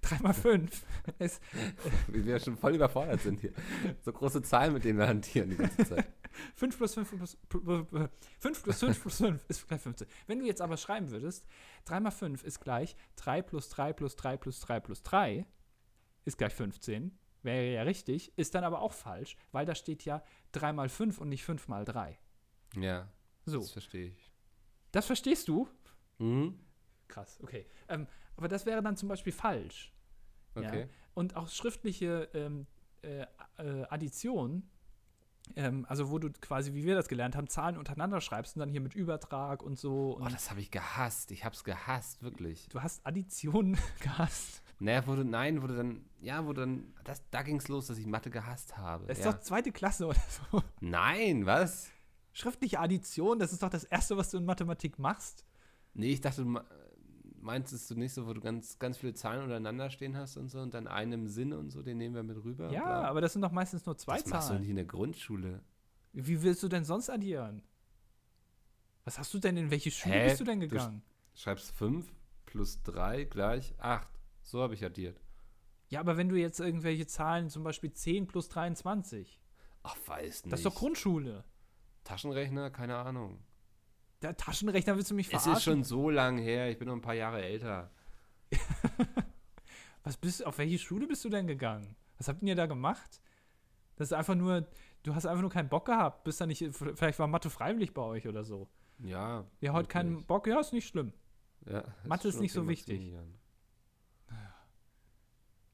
Speaker 1: 3 mal 5 ist
Speaker 2: Wie wir schon voll überfordert sind hier. So große Zahlen, mit denen wir hantieren die ganze Zeit.
Speaker 1: 5 plus 5 plus 5 plus 5 plus 5 ist gleich 15. Wenn du jetzt aber schreiben würdest, 3 mal 5 ist gleich 3 plus 3 plus 3 plus 3 plus 3 ist gleich 15, wäre ja richtig, ist dann aber auch falsch, weil da steht ja 3 mal 5 und nicht 5 mal 3.
Speaker 2: Ja,
Speaker 1: So,
Speaker 2: das verstehe ich.
Speaker 1: das verstehst du?
Speaker 2: Mhm.
Speaker 1: Krass, okay. Ähm, aber das wäre dann zum Beispiel falsch.
Speaker 2: Okay.
Speaker 1: Ja. Und auch schriftliche ähm, äh, äh, Addition, ähm, also wo du quasi, wie wir das gelernt haben, Zahlen untereinander schreibst und dann hier mit Übertrag und so.
Speaker 2: Oh,
Speaker 1: Und
Speaker 2: das habe ich gehasst. Ich habe es gehasst, wirklich.
Speaker 1: du hast Addition gehasst.
Speaker 2: Naja, wurde, nein, wurde dann, ja, wurde dann, das, da ging es los, dass ich Mathe gehasst habe.
Speaker 1: Das ist
Speaker 2: ja.
Speaker 1: doch zweite Klasse oder so.
Speaker 2: nein, was?
Speaker 1: Schriftliche Addition, das ist doch das Erste, was du in Mathematik machst.
Speaker 2: Nee, ich dachte, du me- meinst es du nicht so, wo du ganz, ganz viele Zahlen untereinander stehen hast und so und dann einen im Sinn und so, den nehmen wir mit rüber.
Speaker 1: Ja,
Speaker 2: bla.
Speaker 1: aber das sind doch meistens nur zwei
Speaker 2: Oh, das machst du
Speaker 1: Zahlen.
Speaker 2: nicht in der Grundschule.
Speaker 1: Wie willst du denn sonst addieren? Was hast du denn, in welche Schule
Speaker 2: Hä?
Speaker 1: bist du denn
Speaker 2: Du-
Speaker 1: gegangen?
Speaker 2: Schreibst 5 plus 3 gleich 8. So habe ich addiert.
Speaker 1: ja, aber wenn du jetzt irgendwelche Zahlen, zum Beispiel 10 plus 23,
Speaker 2: Ach, weiß nicht.
Speaker 1: das ist doch Grundschule.
Speaker 2: Taschenrechner, keine Ahnung.
Speaker 1: Der Taschenrechner willst du mich verarschen?
Speaker 2: Es ist schon so lang her, ich bin noch ein paar Jahre älter.
Speaker 1: Was bist, auf welche Schule bist du denn gegangen? Was habt ihr da gemacht? Das ist einfach nur, du hast einfach nur keinen Bock gehabt. Bist da nicht, vielleicht war Mathe freiwillig bei euch oder so.
Speaker 2: Ja.
Speaker 1: Ihr heute keinen
Speaker 2: wirklich.
Speaker 1: Bock, ja, ist nicht schlimm.
Speaker 2: Ja, das
Speaker 1: Mathe ist
Speaker 2: schon
Speaker 1: nicht so
Speaker 2: okay,
Speaker 1: wichtig.
Speaker 2: Maximilian.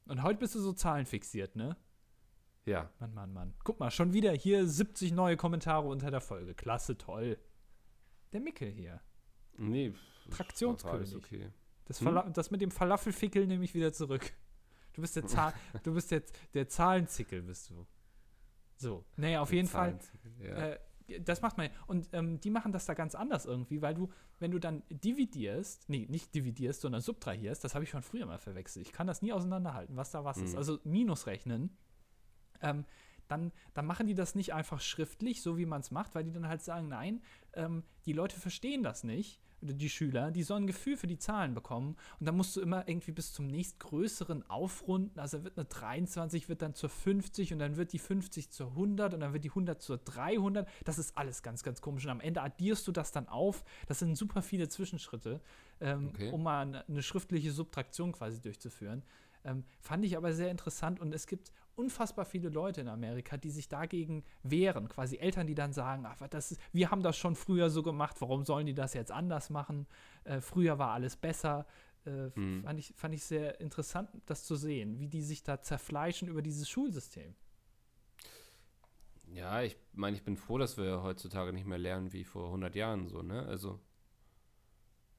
Speaker 1: Und heute bist du so zahlenfixiert, ne?
Speaker 2: Ja,
Speaker 1: Mann, Mann, Mann. Guck mal, schon wieder hier 70 neue Kommentare unter der Folge. Klasse, toll. Der Mickel hier.
Speaker 2: nee. pff,
Speaker 1: Traktionskönig.
Speaker 2: Ist okay.
Speaker 1: Das,
Speaker 2: Hm?
Speaker 1: Verla- das mit dem Falafelfickel nehme ich wieder zurück. Du bist der, Zahl, du bist der, der Zahlenzickel, bist du. So, naja, auf jeden Fall.
Speaker 2: Ja.
Speaker 1: Äh, das macht man. ja. Und ähm, die machen das da ganz anders irgendwie, weil du, wenn du dann dividierst, nee, nicht dividierst, sondern subtrahierst, das habe ich schon früher mal verwechselt. Ich kann das nie auseinanderhalten, was da was ist.
Speaker 2: Mhm.
Speaker 1: Also Minus rechnen, ähm, dann, dann machen die das nicht einfach schriftlich, so wie man es macht, weil die dann halt sagen, nein, ähm, die Leute verstehen das nicht, oder die Schüler, die sollen ein Gefühl für die Zahlen bekommen. Und dann musst du immer irgendwie bis zum nächstgrößeren aufrunden. Also wird eine 23, wird dann zur 50 und dann wird die 50 zur 100 und dann wird die 100 zur 300. Das ist alles ganz, ganz komisch. Und am Ende addierst du das dann auf. Das sind super viele Zwischenschritte, ähm,
Speaker 2: Okay.
Speaker 1: um mal eine, eine schriftliche Subtraktion quasi durchzuführen. Ähm, fand ich aber sehr interessant und es gibt unfassbar viele Leute in Amerika, die sich dagegen wehren. Quasi Eltern, die dann sagen, ach, was, das ist, wir haben das schon früher so gemacht, warum sollen die das jetzt anders machen? Äh, früher war alles besser. Äh, f-
Speaker 2: Mhm.
Speaker 1: fand, ich, fand ich sehr interessant, das zu sehen, wie die sich da zerfleischen über dieses Schulsystem.
Speaker 2: Ja, ich meine, ich bin froh, dass wir heutzutage nicht mehr lernen wie vor 100 Jahren so, ne? Also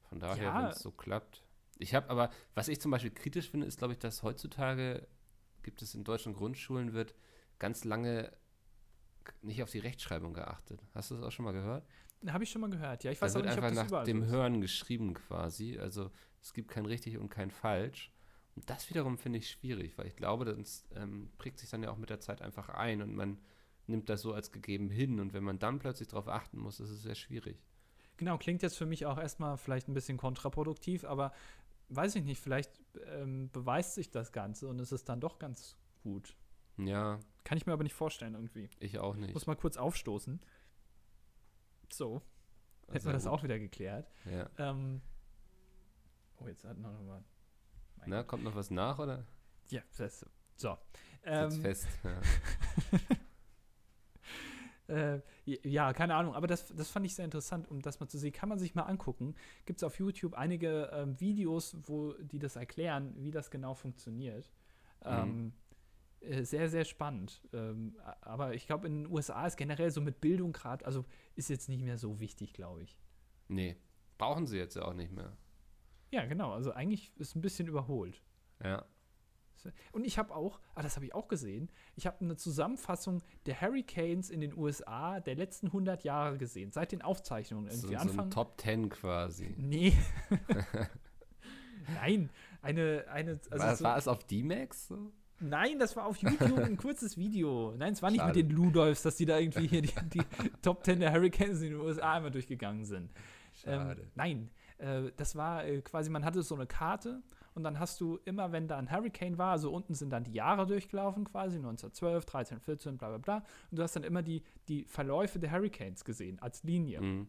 Speaker 2: von daher,
Speaker 1: Ja.
Speaker 2: wenn es so klappt. Ich habe aber, was ich zum Beispiel kritisch finde, ist, glaube ich, dass heutzutage gibt es in deutschen Grundschulen wird ganz lange k- nicht auf die Rechtschreibung geachtet. Hast du das auch schon mal gehört?
Speaker 1: Habe ich schon mal gehört, ja. Ich weiß
Speaker 2: da
Speaker 1: aber
Speaker 2: wird
Speaker 1: nicht, ob
Speaker 2: einfach
Speaker 1: das
Speaker 2: nach
Speaker 1: überall so
Speaker 2: dem
Speaker 1: ist.
Speaker 2: Hören geschrieben quasi. Also es gibt kein richtig und kein falsch. Und das wiederum finde ich schwierig, weil ich glaube, das ähm, prägt sich dann ja auch mit der Zeit einfach ein und man nimmt das so als gegeben hin. Und wenn man dann plötzlich darauf achten muss, ist es sehr schwierig.
Speaker 1: Genau, klingt jetzt für mich auch erstmal vielleicht ein bisschen kontraproduktiv, aber weiß ich nicht, vielleicht ähm, beweist sich das Ganze und es ist dann doch ganz gut.
Speaker 2: Ja,
Speaker 1: Kann ich mir aber nicht vorstellen irgendwie.
Speaker 2: ich auch nicht.
Speaker 1: Muss mal kurz aufstoßen. So, hätten wir
Speaker 2: Sehr
Speaker 1: das
Speaker 2: gut.
Speaker 1: auch wieder geklärt.
Speaker 2: Ja.
Speaker 1: Ähm, oh, jetzt hat noch mal. Mein
Speaker 2: Na,
Speaker 1: Gott.
Speaker 2: kommt noch was nach oder?
Speaker 1: Ja, das, so.
Speaker 2: Sitz
Speaker 1: Ähm,
Speaker 2: fest. Ja.
Speaker 1: äh, Ja, keine Ahnung, aber das, das fand ich sehr interessant, um das mal zu sehen. Kann man sich mal angucken. Gibt es auf YouTube einige ähm, Videos, wo die das erklären, wie das genau funktioniert.
Speaker 2: Mhm.
Speaker 1: Ähm, äh, sehr, sehr spannend. Ähm, a- aber ich glaube, in den USA ist generell so mit Bildung gerade, also ist jetzt nicht mehr so wichtig, glaube ich.
Speaker 2: Nee, brauchen sie jetzt ja auch nicht mehr.
Speaker 1: Ja, genau. Also eigentlich ist ein bisschen überholt.
Speaker 2: Ja.
Speaker 1: Und ich habe auch, ah, das habe ich auch gesehen, ich habe eine Zusammenfassung der Hurricanes in den USA der letzten 100 Jahre gesehen, seit den Aufzeichnungen
Speaker 2: So,
Speaker 1: irgendwie.
Speaker 2: so ein
Speaker 1: Anfang,
Speaker 2: Top Ten quasi.
Speaker 1: Nee. nein, eine, eine,
Speaker 2: war,
Speaker 1: also so,
Speaker 2: war es auf D-Max? So?
Speaker 1: nein, das war auf YouTube ein kurzes Video. Nein, es war nicht
Speaker 2: Schade.
Speaker 1: mit den Ludolfs, dass die da irgendwie hier die, die Top 10 der Hurricanes in den USA einmal durchgegangen sind. Ähm, nein, äh, das war äh, quasi, man hatte so eine Karte und dann hast du immer, wenn da ein Hurricane war, also unten sind dann die Jahre durchgelaufen quasi, 1912, 13, 14, bla bla bla. Und du hast dann immer die, die Verläufe der Hurricanes gesehen als Linie.
Speaker 2: Mhm.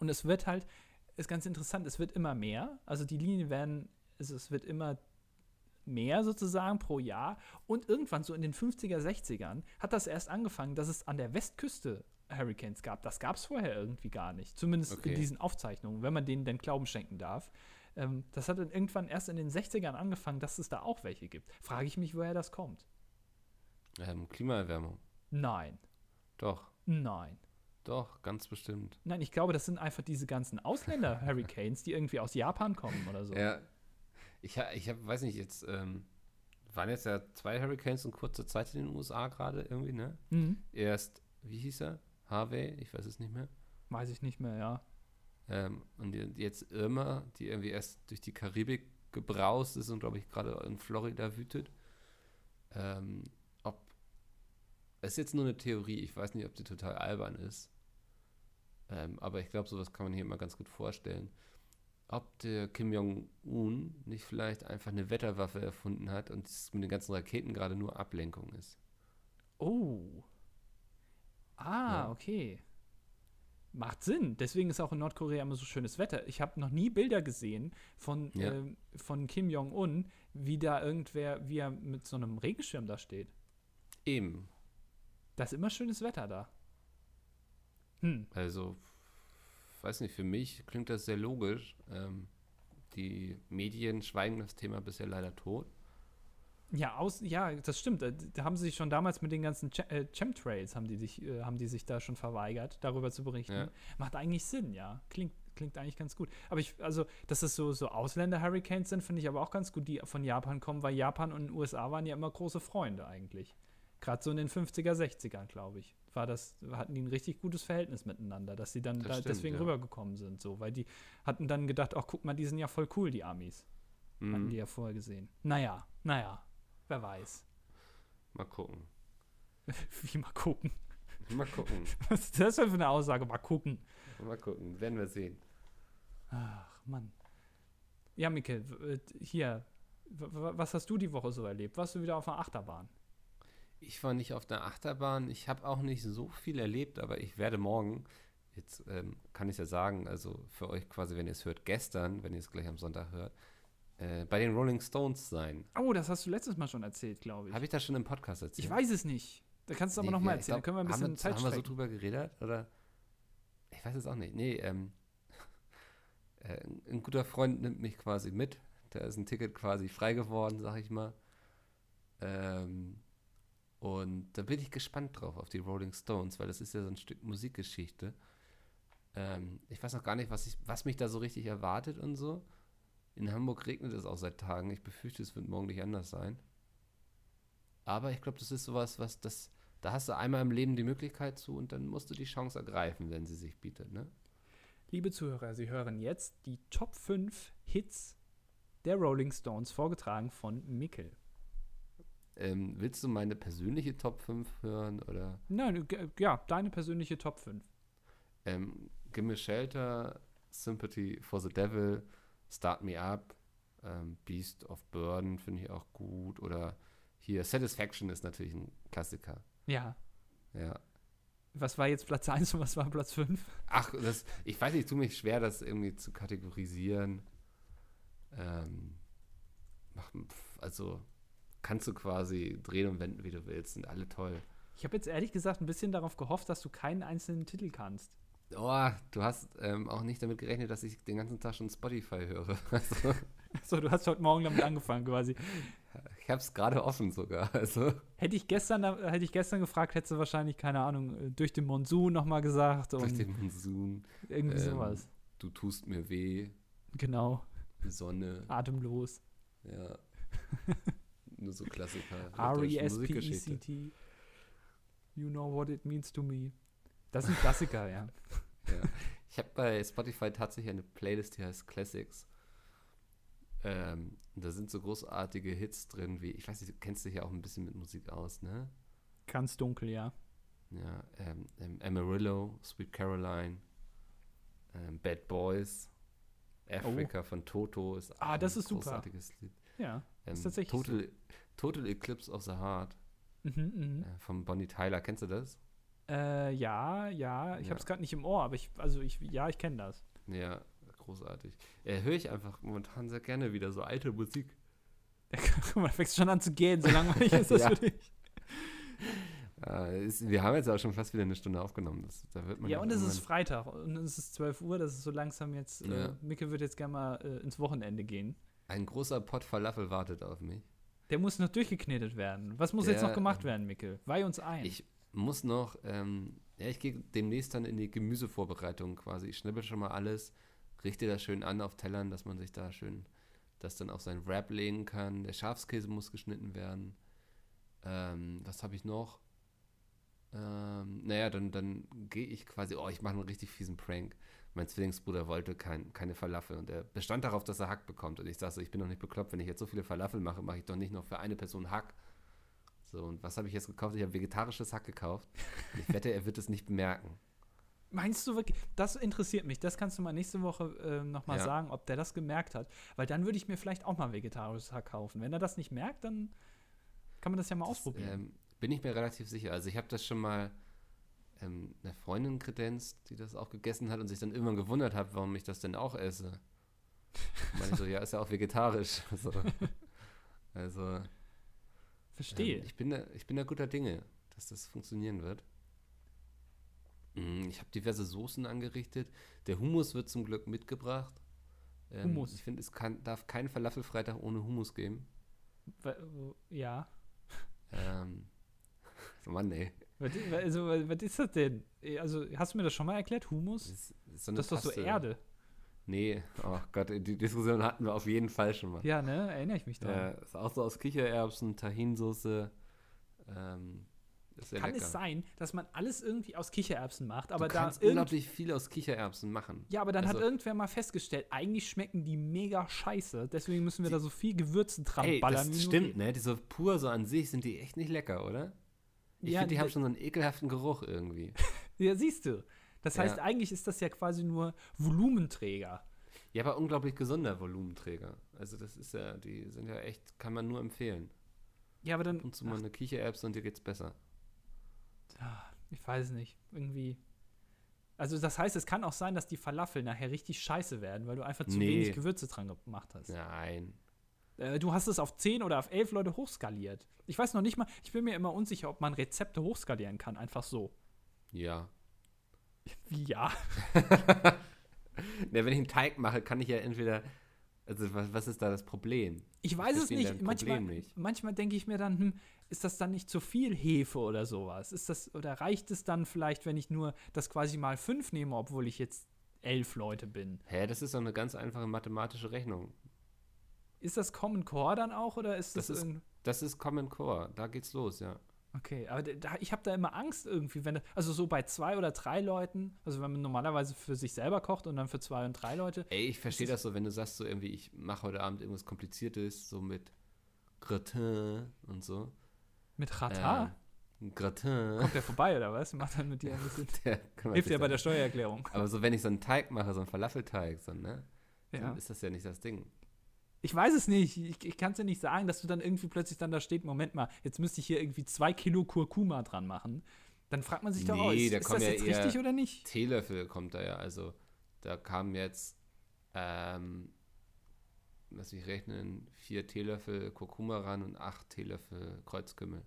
Speaker 1: Und es wird halt, ist ganz interessant, es wird immer mehr. Also die Linien werden, es, es wird immer mehr sozusagen pro Jahr. Und irgendwann, so in den 50er, 60ern, hat das erst angefangen, dass es an der Westküste Hurricanes gab. Das gab es vorher irgendwie gar nicht. Zumindest
Speaker 2: Okay.
Speaker 1: in diesen Aufzeichnungen, wenn man denen dann Glauben schenken darf. Ähm, das hat dann irgendwann erst in den 60ern angefangen, dass es da auch welche gibt. Frage ich mich, woher das kommt.
Speaker 2: Ähm, Klimaerwärmung.
Speaker 1: Nein,
Speaker 2: Doch,
Speaker 1: nein.
Speaker 2: doch, ganz bestimmt.
Speaker 1: Nein, ich glaube, das sind einfach diese ganzen Ausländer-Hurricanes, die irgendwie aus Japan kommen oder so.
Speaker 2: Ja. Ich, ha- ich hab, weiß nicht, jetzt ähm, waren jetzt ja zwei Hurricanes in kurzer Zeit in den USA gerade irgendwie, ne?
Speaker 1: Mhm.
Speaker 2: Erst, wie hieß er? Harvey, ich weiß es nicht mehr.
Speaker 1: Weiß ich nicht mehr, ja.
Speaker 2: Ähm, und die- jetzt Irma, die irgendwie erst durch die Karibik gebraust ist und, glaube ich, gerade in Florida wütet. Ähm, ob. Es ist jetzt nur eine Theorie, ich weiß nicht, ob die total albern ist. Ähm, aber ich glaube, sowas kann man hier immer ganz gut vorstellen. Ob der Kim Jong-un nicht vielleicht einfach eine Wetterwaffe erfunden hat und es mit den ganzen Raketen gerade nur Ablenkung ist.
Speaker 1: Oh. Ah,
Speaker 2: Ja.
Speaker 1: okay. Macht Sinn. Deswegen ist auch in Nordkorea immer so schönes Wetter. Ich habe noch nie Bilder gesehen von,
Speaker 2: Ja.
Speaker 1: ähm, von Kim Jong-un, wie da irgendwer, wie er mit so einem Regenschirm da steht.
Speaker 2: Eben.
Speaker 1: Da ist immer schönes Wetter da. Hm.
Speaker 2: Also, weiß nicht, für mich klingt das sehr logisch. Ähm, die Medien schweigen das Thema bisher leider tot.
Speaker 1: Ja, aus, ja, das stimmt. Da- Da haben sie sich schon damals mit den ganzen Ch äh, Chemtrails haben die sich, äh, haben die sich da schon verweigert, darüber zu berichten.
Speaker 2: Ja.
Speaker 1: Macht eigentlich Sinn, ja. Klingt, klingt eigentlich ganz gut. Aber ich, also, dass es so, so Ausländer-Hurricanes sind, finde ich aber auch ganz gut, die von Japan kommen, weil Japan und den USA waren ja immer große Freunde eigentlich. Gerade so in den 50er, 60ern, glaube ich, war das, hatten die ein richtig gutes Verhältnis miteinander, dass sie dann
Speaker 2: Das
Speaker 1: da
Speaker 2: stimmt,
Speaker 1: deswegen
Speaker 2: ja.
Speaker 1: rübergekommen sind, so, weil die hatten dann gedacht, ach guck mal, die sind ja voll cool, die Amis. Hatten
Speaker 2: Mhm.
Speaker 1: die ja vorher gesehen. Naja, naja, wer weiß.
Speaker 2: Mal gucken.
Speaker 1: Wie mal gucken.
Speaker 2: Mal gucken.
Speaker 1: Was ist das denn für eine Aussage? Mal gucken.
Speaker 2: Mal gucken. Werden wir sehen.
Speaker 1: Ach, Mann. Ja, Mikkel, w- äh, hier. W w- was hast du die Woche so erlebt? Warst du wieder auf einer Achterbahn?
Speaker 2: Ich war nicht auf der Achterbahn. Ich habe auch nicht so viel erlebt, aber ich werde morgen, jetzt ähm, kann ich ja sagen, also für euch quasi, wenn ihr es hört, gestern, wenn ihr es gleich am Sonntag hört, äh, bei den Rolling Stones sein.
Speaker 1: Oh, das hast du letztes Mal schon erzählt, glaube ich.
Speaker 2: Habe ich das schon im Podcast erzählt?
Speaker 1: Ich weiß es nicht. Da kannst du aber
Speaker 2: Nee,
Speaker 1: noch nochmal
Speaker 2: wir- ich
Speaker 1: erzählen. Dann
Speaker 2: glaub,
Speaker 1: können wir ein bisschen
Speaker 2: haben wir,
Speaker 1: Zeit
Speaker 2: Haben wir so
Speaker 1: strecken.
Speaker 2: drüber geredet? Oder? Ich weiß es auch nicht. Nee, ähm, äh, ein guter Freund nimmt mich quasi mit. Da ist ein Ticket quasi frei geworden, sag ich mal. Ähm, und da bin ich gespannt drauf, auf die Rolling Stones, weil das ist ja so ein Stück Musikgeschichte. Ähm, ich weiß noch gar nicht, was, ich, was mich da so richtig erwartet und so. In Hamburg regnet es auch seit Tagen. Ich befürchte, es wird morgen nicht anders sein. Aber ich glaube, das ist sowas, was das, da hast du einmal im Leben die Möglichkeit zu und dann musst du die Chance ergreifen, wenn sie sich bietet, ne?
Speaker 1: Liebe Zuhörer, Sie hören jetzt die Top 5 Hits der Rolling Stones, vorgetragen von Mikkel.
Speaker 2: Ähm, willst du meine persönliche Top 5 hören oder
Speaker 1: Nein, g- ja, deine persönliche Top 5.
Speaker 2: ähm, Give Me Shelter, Sympathy for the Devil, Start Me Up, ähm, Beast of Burden finde ich auch gut oder hier Satisfaction ist natürlich ein Klassiker.
Speaker 1: Ja.
Speaker 2: Ja.
Speaker 1: Was war jetzt Platz 1 und was war Platz 5?
Speaker 2: Ach, das, ich weiß nicht, tut mich schwer, das irgendwie zu kategorisieren. Ähm, mach- pf, also kannst du quasi drehen und wenden, wie du willst, sind alle toll.
Speaker 1: Ich habe jetzt ehrlich gesagt ein bisschen darauf gehofft, dass du keinen einzelnen Titel kannst.
Speaker 2: Oh, du hast ähm, auch nicht damit gerechnet, dass ich den ganzen Tag schon Spotify höre. Also,
Speaker 1: So, du hast heute Morgen damit angefangen quasi.
Speaker 2: ich habe es gerade offen sogar. Also,
Speaker 1: Hätte ich gestern, da- hätte ich gestern gefragt, hättest du wahrscheinlich, keine Ahnung, äh, durch den Monsun nochmal gesagt
Speaker 2: durch
Speaker 1: und
Speaker 2: den Monsun.
Speaker 1: irgendwie
Speaker 2: ähm,
Speaker 1: sowas.
Speaker 2: Du tust mir weh.
Speaker 1: Genau.
Speaker 2: Sonne.
Speaker 1: Atemlos.
Speaker 2: Ja. Nur so Klassiker. der
Speaker 1: E
Speaker 2: deutschen Musikgeschichte.
Speaker 1: R-E-S-P-E-C-T. E You know what it means to me. Das ist ein Klassiker, ja.
Speaker 2: Ich habe bei Spotify tatsächlich eine Playlist, die heißt Classics. Ähm, und da sind so großartige Hits drin, wie, ich weiß nicht, du kennst dich ja auch ein bisschen mit Musik aus, ne?
Speaker 1: Ganz dunkel, ja.
Speaker 2: Ja, ähm, ähm, Amarillo, Sweet Caroline, ähm, Bad Boys, Africa von Toto ist
Speaker 1: Oh. Ah,
Speaker 2: auch
Speaker 1: das
Speaker 2: ein
Speaker 1: ist super.
Speaker 2: großartiges Lied.
Speaker 1: Ja.
Speaker 2: Ähm,
Speaker 1: Ist tatsächlich so.
Speaker 2: Total, Total Eclipse of the Heart
Speaker 1: Mhm, mhm.
Speaker 2: äh, von Bonnie Tyler, kennst du das?
Speaker 1: Äh, ja, ja. Ich
Speaker 2: Ja.
Speaker 1: habe es gerade nicht im Ohr, aber ich, also ich, ja, ich kenne das.
Speaker 2: Ja, großartig. Äh, Höre ich einfach momentan sehr gerne wieder so alte Musik.
Speaker 1: Guck mal, da fängst du schon an zu gehen, so langweilig ist das
Speaker 2: Ja.
Speaker 1: für dich.
Speaker 2: Äh, ist, wir haben jetzt auch schon fast wieder eine Stunde aufgenommen. Das, da wird man
Speaker 1: Ja,
Speaker 2: doch
Speaker 1: und es ist
Speaker 2: irgendwann-
Speaker 1: Freitag und es ist 12 Uhr, das ist so langsam jetzt. Äh,
Speaker 2: Ja.
Speaker 1: Micke wird jetzt gerne mal äh, ins Wochenende gehen.
Speaker 2: ein großer Pott Falafel wartet auf mich.
Speaker 1: Der muss noch durchgeknetet werden. Was muss jetzt
Speaker 2: Der,
Speaker 1: noch gemacht werden, Micke? Weih uns ein.
Speaker 2: Ich muss noch, ähm, ja, ich gehe demnächst dann in die Gemüsevorbereitung quasi. Ich schnippel schon mal alles, richte das schön an auf Tellern, dass man sich da schön das dann auf seinen Wrap legen kann. Der Schafskäse muss geschnitten werden. Ähm, was habe ich noch? Ähm, naja, dann, dann gehe ich quasi, oh, ich mache einen richtig fiesen Prank. Mein Zwillingsbruder wollte kein, keine Falafel und er bestand darauf, dass er Hack bekommt. Und ich sage so, ich bin doch nicht bekloppt, wenn ich jetzt so viele Falafel mache, mache ich doch nicht noch für eine Person Hack. So, und was habe ich jetzt gekauft? Ich habe vegetarisches Hack gekauft. Und Ich wette, er wird es nicht bemerken.
Speaker 1: Meinst du wirklich, das interessiert mich. Das kannst du mal nächste Woche ähm, nochmal
Speaker 2: Ja.
Speaker 1: sagen, ob der das gemerkt hat. Weil dann würde ich mir vielleicht auch mal vegetarisches Hack kaufen. Wenn er das nicht merkt, dann kann man das ja mal ausprobieren.
Speaker 2: Ähm, bin ich mir relativ sicher. Also ich habe das schon mal ähm, eine Freundin kredenzt, die das auch gegessen hat und sich dann irgendwann gewundert hat, warum ich das denn auch esse. Meine ich so, ja, ist ja auch vegetarisch. Also, also ähm,
Speaker 1: Verstehe.
Speaker 2: ich, bin da, ich bin da guter Dinge, dass das funktionieren wird. Mm, Ich habe diverse Soßen angerichtet. Der Hummus wird zum Glück mitgebracht. Ähm,
Speaker 1: Hummus.
Speaker 2: Ich finde, es kann, darf keinen Falafelfreitag ohne Hummus geben.
Speaker 1: Wa- ja.
Speaker 2: Ähm. Mann, ey.
Speaker 1: Was, wa- also, wa- was ist das denn? Eh, Also, hast du mir das schon mal erklärt?
Speaker 2: Das
Speaker 1: Humus?
Speaker 2: ist, so eine
Speaker 1: Das ist doch so
Speaker 2: Paste.
Speaker 1: Erde.
Speaker 2: Nee, oh Gott, die Diskussion hatten wir auf jeden Fall schon mal.
Speaker 1: Ja, ne? Erinnere ich mich daran.
Speaker 2: Äh, ist auch so aus Kichererbsen, Tahinsoße. Ähm, ist sehr
Speaker 1: Kann
Speaker 2: lecker.
Speaker 1: es sein, dass man alles irgendwie aus Kichererbsen macht, aber
Speaker 2: du
Speaker 1: da
Speaker 2: kannst
Speaker 1: irgend
Speaker 2: unglaublich viel aus Kichererbsen machen.
Speaker 1: Ja, aber dann hat
Speaker 2: Also-
Speaker 1: irgendwer mal festgestellt, eigentlich schmecken die mega scheiße. Deswegen müssen wir da so viel Gewürze dran
Speaker 2: Ey,
Speaker 1: ballern. wie
Speaker 2: das
Speaker 1: nur
Speaker 2: stimmt,
Speaker 1: geht.
Speaker 2: ne? Die so pur so an sich sind die echt nicht lecker, oder? Ich
Speaker 1: Ja,
Speaker 2: finde, die haben
Speaker 1: d-
Speaker 2: schon so einen ekelhaften Geruch irgendwie.
Speaker 1: Ja, siehst du. Das
Speaker 2: Ja.
Speaker 1: heißt, eigentlich ist das ja quasi nur Volumenträger.
Speaker 2: Ja, aber unglaublich gesunder Volumenträger. Also das ist ja, die sind ja echt, kann man nur empfehlen.
Speaker 1: Ja, aber
Speaker 2: Ab
Speaker 1: dann,
Speaker 2: Und zu mal eine Kichererbsen und dir geht's besser.
Speaker 1: ich weiß nicht, irgendwie. Also das heißt, es kann auch sein, dass die Falafel nachher richtig scheiße werden, weil du einfach zu
Speaker 2: Nee.
Speaker 1: wenig Gewürze dran gemacht hast.
Speaker 2: Nein.
Speaker 1: Äh, du hast es auf 10 oder auf 11 Leute hochskaliert. Ich weiß noch nicht mal, ich bin mir immer unsicher, ob man Rezepte hochskalieren kann, einfach so.
Speaker 2: Ja.
Speaker 1: Wie ja.
Speaker 2: Na, Ne, wenn ich einen Teig mache, kann ich ja entweder. Also, was, was ist da das Problem?
Speaker 1: Ich weiß es
Speaker 2: verstehe
Speaker 1: nicht.
Speaker 2: dein
Speaker 1: Manchmal,
Speaker 2: Problem nicht.
Speaker 1: manchmal denke ich mir dann, hm, ist das dann nicht zu viel Hefe oder sowas? Ist das, oder reicht es dann vielleicht, wenn ich nur das quasi mal fünf nehme, obwohl ich jetzt elf Leute bin?
Speaker 2: Hä, das ist doch eine ganz einfache mathematische Rechnung.
Speaker 1: Ist das Common Core dann auch oder ist das,
Speaker 2: Das ist-
Speaker 1: irgend-
Speaker 2: Das ist Common Core. Da geht's los, ja.
Speaker 1: Okay, aber da, ich habe da immer Angst irgendwie, wenn also so bei zwei oder drei Leuten, also wenn man normalerweise für sich selber kocht und dann für zwei und drei Leute,
Speaker 2: Ey, ich verstehe
Speaker 1: Das
Speaker 2: das so, wenn du sagst, so irgendwie, ich mache heute Abend irgendwas Kompliziertes, so mit Gratin und so.
Speaker 1: mit Rata
Speaker 2: Ähm, Gratin.
Speaker 1: kommt der vorbei oder was? Macht dann mit dir ein bisschen
Speaker 2: Der kümmert
Speaker 1: hilft
Speaker 2: sich
Speaker 1: ja bei
Speaker 2: darum.
Speaker 1: der Steuererklärung.
Speaker 2: Aber so, wenn ich so einen Teig mache, so einen Falafelteig, so, ne?
Speaker 1: Ja.
Speaker 2: Dann ist das ja nicht das Ding.
Speaker 1: Ich weiß es nicht. Ich, ich kann es dir nicht sagen, dass du dann irgendwie plötzlich dann da steht, Moment mal, jetzt müsste ich hier irgendwie zwei Kilo Kurkuma dran machen. Dann fragt man sich doch, oh,
Speaker 2: Nee,
Speaker 1: ist,
Speaker 2: da
Speaker 1: ist
Speaker 2: kommen
Speaker 1: das
Speaker 2: ja
Speaker 1: jetzt
Speaker 2: eher-
Speaker 1: richtig oder nicht?
Speaker 2: Teelöffel kommt da ja. Also da kamen jetzt, ähm, lass mich rechnen, vier Teelöffel Kurkuma ran und acht Teelöffel Kreuzkümmel.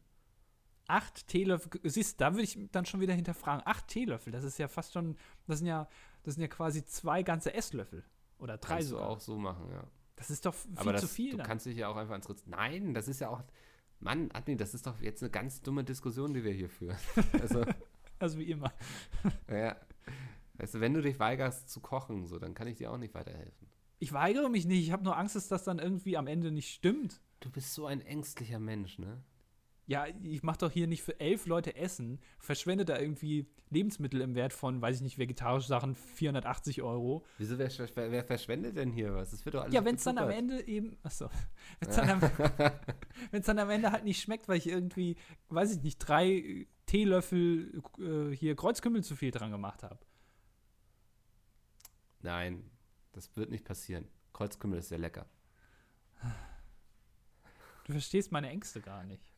Speaker 1: acht Teelöffel, siehst du, da würde ich dann schon wieder hinterfragen. Acht Teelöffel, das ist ja fast schon, das sind ja, das sind ja quasi zwei ganze Esslöffel. Oder drei
Speaker 2: Kannst du
Speaker 1: sogar.
Speaker 2: auch so machen, ja.
Speaker 1: Das ist doch viel
Speaker 2: Aber das,
Speaker 1: zu viel.
Speaker 2: du
Speaker 1: dann.
Speaker 2: kannst dich ja auch einfach ans Rezept. Nein, das ist ja auch. Mann, Admin, das ist doch jetzt eine ganz dumme Diskussion, die wir hier führen. Also,
Speaker 1: Also wie immer.
Speaker 2: ja. Weißt du, wenn du dich weigerst zu kochen, so, dann kann ich dir auch nicht weiterhelfen.
Speaker 1: Ich weigere mich nicht, ich habe nur Angst, dass das dann irgendwie am Ende nicht stimmt.
Speaker 2: Du bist so ein ängstlicher Mensch, ne?
Speaker 1: Ja, ich mache doch hier nicht für elf Leute Essen, verschwende da irgendwie Lebensmittel im Wert von, weiß ich nicht, vegetarische Sachen 480 Euro.
Speaker 2: Wieso, wer, versch- wer verschwendet denn hier was? Das wird doch alles
Speaker 1: Ja, wenn es dann am
Speaker 2: abgezuckert.
Speaker 1: Ende eben, achso, wenn es dann, am- wenn's dann am Ende halt nicht schmeckt, weil ich irgendwie, weiß ich nicht, drei äh, Teelöffel äh, hier Kreuzkümmel zu viel dran gemacht habe.
Speaker 2: Nein, das wird nicht passieren. Kreuzkümmel ist sehr lecker.
Speaker 1: Du verstehst meine Ängste gar nicht.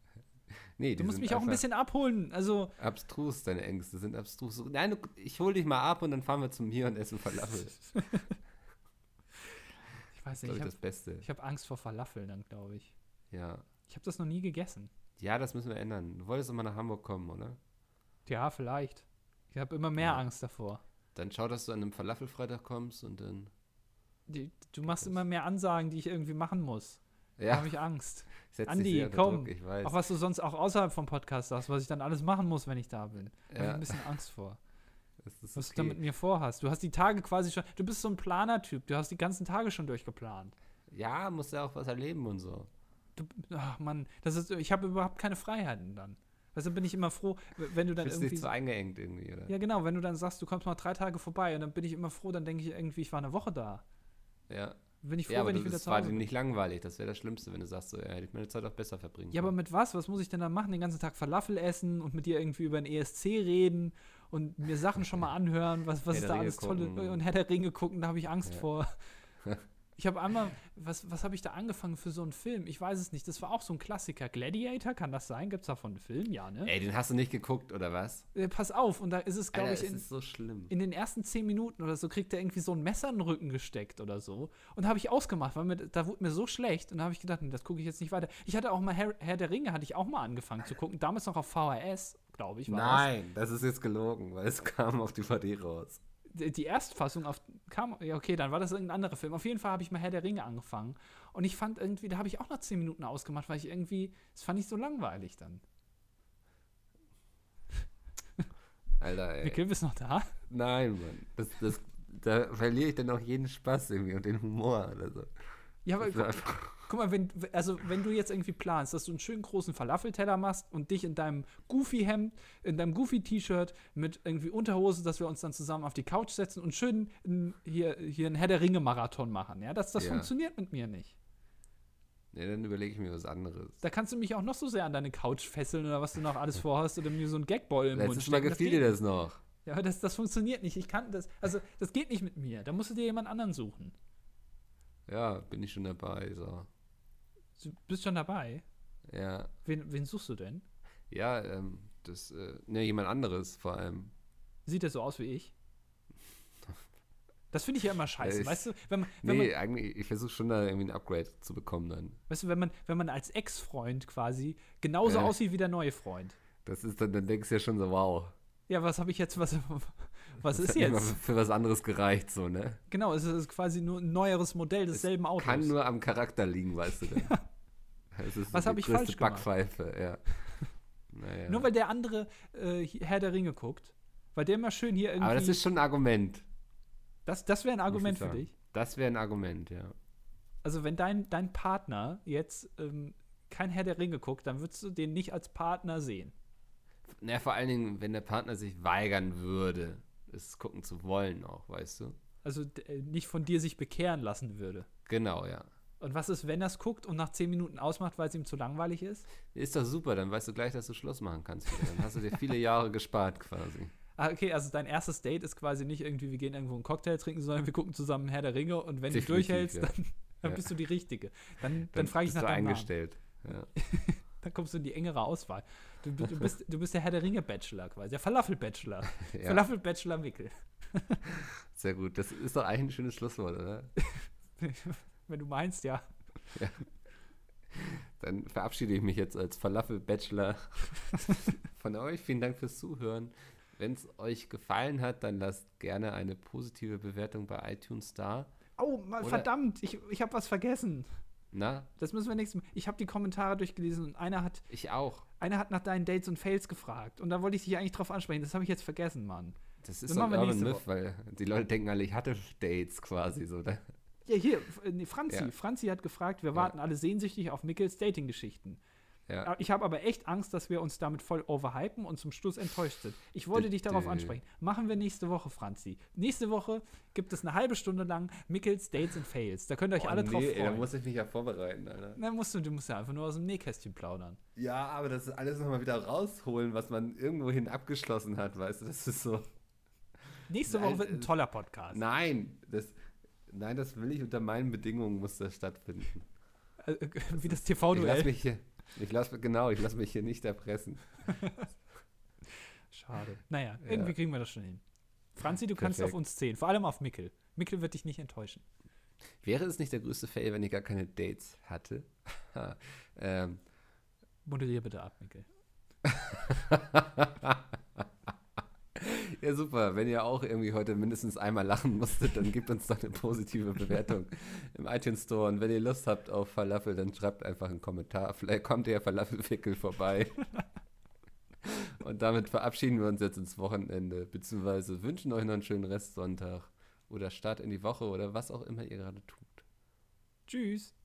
Speaker 2: Nee,
Speaker 1: Du musst mich auch ein bisschen abholen. Also,
Speaker 2: Abstrus, deine Ängste sind abstrus. Nein, du- ich hole dich mal ab und dann fahren wir zu mir und essen Falafel. Das ist,
Speaker 1: ich weiß nicht,
Speaker 2: glaube
Speaker 1: ich habe
Speaker 2: ich, das Beste.
Speaker 1: hab Angst vor Falafeln dann, glaube ich.
Speaker 2: Ja.
Speaker 1: Ich habe das noch nie gegessen.
Speaker 2: ja, das müssen wir ändern. Du wolltest doch mal nach Hamburg kommen, oder?
Speaker 1: Ja, vielleicht. Ich habe immer mehr
Speaker 2: Ja.
Speaker 1: Angst davor.
Speaker 2: Dann schau, dass du an einem Falafelfreitag kommst und dann.
Speaker 1: Die, du machst immer mehr Ansagen, die ich irgendwie machen muss. Da
Speaker 2: Ja,
Speaker 1: habe ich Angst.
Speaker 2: ich setz
Speaker 1: Andi,
Speaker 2: dich sehr unter
Speaker 1: komm.
Speaker 2: Druck, ich weiß.
Speaker 1: Auch was du sonst auch außerhalb vom Podcast sagst, was ich dann alles machen muss, wenn ich da bin. Da habe ich
Speaker 2: ja,
Speaker 1: ein bisschen Angst vor.
Speaker 2: das ist
Speaker 1: Was
Speaker 2: okay.
Speaker 1: du da mit mir vorhast. Du hast die Tage quasi schon. Du bist so ein Planertyp. Du hast die ganzen Tage schon durchgeplant.
Speaker 2: ja, musst ja auch was erleben und so.
Speaker 1: Du, ach Mann, das ist, ich habe überhaupt keine Freiheiten dann. Also bin ich immer froh, w- wenn du dann
Speaker 2: Bist
Speaker 1: irgendwie.
Speaker 2: nicht so eingeengt irgendwie, oder?
Speaker 1: ja, genau, wenn du dann sagst, du kommst mal drei Tage vorbei und dann bin ich immer froh, dann denke ich irgendwie, ich war eine Woche da.
Speaker 2: Ja,
Speaker 1: Bin ich froh,
Speaker 2: ja aber
Speaker 1: wenn
Speaker 2: du,
Speaker 1: ich wieder
Speaker 2: das
Speaker 1: zu
Speaker 2: war
Speaker 1: Hause
Speaker 2: dir nicht langweilig. Das wäre das Schlimmste, wenn du sagst, so, ja, hätte ich meine Zeit auch besser verbringen
Speaker 1: Ja, aber
Speaker 2: können.
Speaker 1: mit was? Was muss ich denn dann machen? Den ganzen Tag Falafel essen und mit dir irgendwie über den ESC reden und mir Sachen schon mal anhören, was, was ist
Speaker 2: Herr der
Speaker 1: da
Speaker 2: Ringe
Speaker 1: alles
Speaker 2: gucken.
Speaker 1: tolle und Herr der Ringe gucken, da habe ich Angst
Speaker 2: Ja.
Speaker 1: vor. Ich habe einmal, was, was habe ich da angefangen für so einen Film? Ich weiß es nicht. Das war auch so ein Klassiker. Gladiator, kann das sein? Gibt es davon einen Film? Ja, ne?
Speaker 2: Ey, den hast du nicht geguckt, oder was?
Speaker 1: Äh, pass auf, und da ist es, glaube
Speaker 2: Alter,
Speaker 1: ich,
Speaker 2: es
Speaker 1: in,
Speaker 2: ist so schlimm.
Speaker 1: in den ersten zehn Minuten oder so kriegt er irgendwie so ein Messer in den Rücken gesteckt oder so. Und habe ich ausgemacht, weil mir, da wurde mir so schlecht. Und da habe ich gedacht, nee, das gucke ich jetzt nicht weiter. Ich hatte auch mal Herr, Herr der Ringe, hatte ich auch mal angefangen zu gucken. Damals noch auf VHS, glaube ich. war
Speaker 2: Nein, das ist jetzt gelogen, weil es kam auf DVD raus.
Speaker 1: das. Die- Die Erstfassung auf, kam, ja okay, dann war das irgendein anderer Film. Auf jeden Fall habe ich mal Herr der Ringe angefangen. Und ich fand irgendwie, da habe ich auch noch zehn Minuten ausgemacht, weil ich irgendwie, das fand ich so langweilig dann.
Speaker 2: Alter, ey.
Speaker 1: Mikkel, bist noch da?
Speaker 2: Nein, Mann. Das, das, da verliere ich dann auch jeden Spaß irgendwie und den Humor oder so.
Speaker 1: Ja, aber
Speaker 2: Das war einfach-
Speaker 1: Guck mal, wenn, also wenn du jetzt irgendwie planst, dass du einen schönen großen Falafelteller machst und dich in deinem Goofy-Hemd, in deinem Goofy-T-Shirt mit irgendwie Unterhose, dass wir uns dann zusammen auf die Couch setzen und schön n- hier, hier einen Herr der Ringe-Marathon machen. Ja, das, das
Speaker 2: Ja.
Speaker 1: funktioniert mit mir nicht.
Speaker 2: Nee, dann überlege ich mir was anderes.
Speaker 1: Da kannst du mich auch noch so sehr an deine Couch fesseln oder was du noch alles vorhast oder mir so einen Gagball im Mund
Speaker 2: Letztes Mal
Speaker 1: stecken. Das
Speaker 2: gefiel
Speaker 1: geht
Speaker 2: dir das noch.
Speaker 1: nicht. Ja, aber das, das funktioniert nicht. Ich kann das, also das geht nicht mit mir. Da musst du dir jemand anderen suchen.
Speaker 2: Ja, bin ich schon dabei, so.
Speaker 1: Du bist schon dabei.
Speaker 2: Ja,
Speaker 1: Wen, wen suchst du denn?
Speaker 2: ja, ähm, das, äh, ne, jemand anderes vor allem.
Speaker 1: Sieht er so aus wie ich? Das finde ich ja immer scheiße,
Speaker 2: ich-
Speaker 1: weißt du? Wenn man, wenn
Speaker 2: Nee,
Speaker 1: man,
Speaker 2: eigentlich, ich versuche schon da irgendwie ein Upgrade zu bekommen dann.
Speaker 1: weißt du, wenn man, wenn man als Ex-Freund quasi genauso
Speaker 2: Ja.
Speaker 1: aussieht wie der neue Freund.
Speaker 2: Das ist dann, dann denkst du ja schon so, wow.
Speaker 1: Ja, was habe ich jetzt, was, was
Speaker 2: das
Speaker 1: ist
Speaker 2: hat nicht mal
Speaker 1: jetzt?
Speaker 2: Für was anderes gereicht, so, ne?
Speaker 1: Genau, es ist quasi nur ein neueres Modell desselben Autos.
Speaker 2: Kann nur am Charakter liegen, weißt du denn. Das ist
Speaker 1: Was
Speaker 2: die
Speaker 1: hab ich
Speaker 2: größte
Speaker 1: falsch gemacht?
Speaker 2: Backpfeife, ja. Naja.
Speaker 1: Nur weil der andere äh, Herr der Ringe guckt, weil der immer schön hier irgendwie.
Speaker 2: Aber das ist schon ein Argument.
Speaker 1: das, das wäre ein
Speaker 2: muss ich
Speaker 1: Argument für
Speaker 2: sagen.
Speaker 1: dich.
Speaker 2: Das wäre ein Argument, ja.
Speaker 1: Also, wenn dein, dein Partner jetzt ähm, kein Herr der Ringe guckt, dann würdest du den nicht als Partner sehen.
Speaker 2: Na, vor allen Dingen, wenn der Partner sich weigern würde, es gucken zu wollen auch, weißt du?
Speaker 1: Also d- äh, nicht von dir sich bekehren lassen würde.
Speaker 2: Genau, ja.
Speaker 1: Und was ist, wenn er es guckt und nach 10 Minuten ausmacht, weil es ihm zu langweilig ist?
Speaker 2: Ist doch super, dann weißt du gleich, dass du Schluss machen kannst. Wieder. Dann hast du dir viele Jahre gespart quasi.
Speaker 1: Ah, okay, also dein erstes Date ist quasi nicht irgendwie, wir gehen irgendwo einen Cocktail trinken, sondern wir gucken zusammen Herr der Ringe und wenn du
Speaker 2: Definitiv,
Speaker 1: durchhältst,
Speaker 2: ja.
Speaker 1: dann, dann
Speaker 2: Ja.
Speaker 1: bist du die Richtige. Dann, dann, frage ich
Speaker 2: bist
Speaker 1: nach
Speaker 2: du
Speaker 1: deinem Namen.
Speaker 2: eingestellt. Ja.
Speaker 1: Dann kommst du in die engere Auswahl. Du, du, du, bist, du bist der Herr der Ringe-Bachelor quasi, der Falafel-Bachelor.
Speaker 2: ja,
Speaker 1: Falafel-Bachelor Mickel.
Speaker 2: sehr gut. Das ist doch eigentlich ein schönes Schlusswort, oder?
Speaker 1: wenn du meinst, ja.
Speaker 2: Dann verabschiede ich mich jetzt als Falafel-Bachelor von euch. Vielen Dank fürs Zuhören. Wenn es euch gefallen hat, dann lasst gerne eine positive Bewertung bei iTunes da.
Speaker 1: Oh, mal,
Speaker 2: Oder-
Speaker 1: verdammt, ich, ich habe was vergessen.
Speaker 2: Na,
Speaker 1: Das müssen wir nächstes Mal. Ich habe die Kommentare durchgelesen und einer hat,
Speaker 2: ich auch.
Speaker 1: einer hat nach deinen Dates und Fails gefragt. Und da wollte ich dich eigentlich drauf ansprechen. Das habe ich jetzt vergessen, Mann.
Speaker 2: Das
Speaker 1: Das
Speaker 2: ist so ein
Speaker 1: machen wir
Speaker 2: Urban
Speaker 1: nächste
Speaker 2: Myth, weil die Leute denken alle, ich hatte Dates quasi. So, ne? da.
Speaker 1: Ja, hier, F- äh, nee, Franzi.
Speaker 2: Ja.
Speaker 1: Franzi hat gefragt, wir warten alle sehnsüchtig auf Mickels Dating-Geschichten. Äh,
Speaker 2: ja.
Speaker 1: Ich habe aber echt Angst, dass wir uns damit voll overhypen und zum Schluss enttäuscht sind. Ich wollte
Speaker 2: Dü-
Speaker 1: dich darauf
Speaker 2: dü.
Speaker 1: ansprechen. Machen wir nächste Woche, Franzi. Nächste Woche gibt es eine halbe Stunde lang Mickels Dates und Fails. Da könnt ihr euch alle drauf
Speaker 2: Oh ey, da
Speaker 1: freuen.
Speaker 2: muss ich mich ja vorbereiten, Alter.
Speaker 1: Nein, musst du, du musst ja einfach nur aus dem Nähkästchen plaudern.
Speaker 2: Ja, aber das ist alles nochmal wieder rausholen, was man irgendwohin abgeschlossen hat, weißt du? Das ist so.
Speaker 1: Nächste
Speaker 2: Nein,
Speaker 1: Woche wird ein
Speaker 2: äh,
Speaker 1: toller Podcast.
Speaker 2: Nein, das, nein, das will ich unter meinen Bedingungen, muss das stattfinden.
Speaker 1: Äh, äh, Wie das
Speaker 2: Ich lass
Speaker 1: TV-Duell.
Speaker 2: mich hier, ich lass, genau, ich lasse mich hier nicht erpressen.
Speaker 1: Schade. Naja, irgendwie
Speaker 2: Ja.
Speaker 1: kriegen wir das schon hin. Franzi, du kannst auf
Speaker 2: Perfekt.
Speaker 1: uns zählen. Vor allem auf Mickel. Mickel wird dich nicht enttäuschen.
Speaker 2: Wäre es nicht der größte Fail, wenn ich gar keine Dates hatte? ähm,
Speaker 1: Moderier bitte ab, Mickel.
Speaker 2: ja, super. Wenn ihr auch irgendwie heute mindestens einmal lachen musstet, dann gebt uns doch eine positive Bewertung im iTunes Store. Und wenn ihr Lust habt auf Falafel, dann schreibt einfach einen Kommentar. Vielleicht kommt der Falafelwickel vorbei. Und damit verabschieden wir uns jetzt ins Wochenende, beziehungsweise wünschen euch noch einen schönen Restsonntag oder Start in die Woche oder was auch immer ihr gerade tut.
Speaker 1: Tschüss.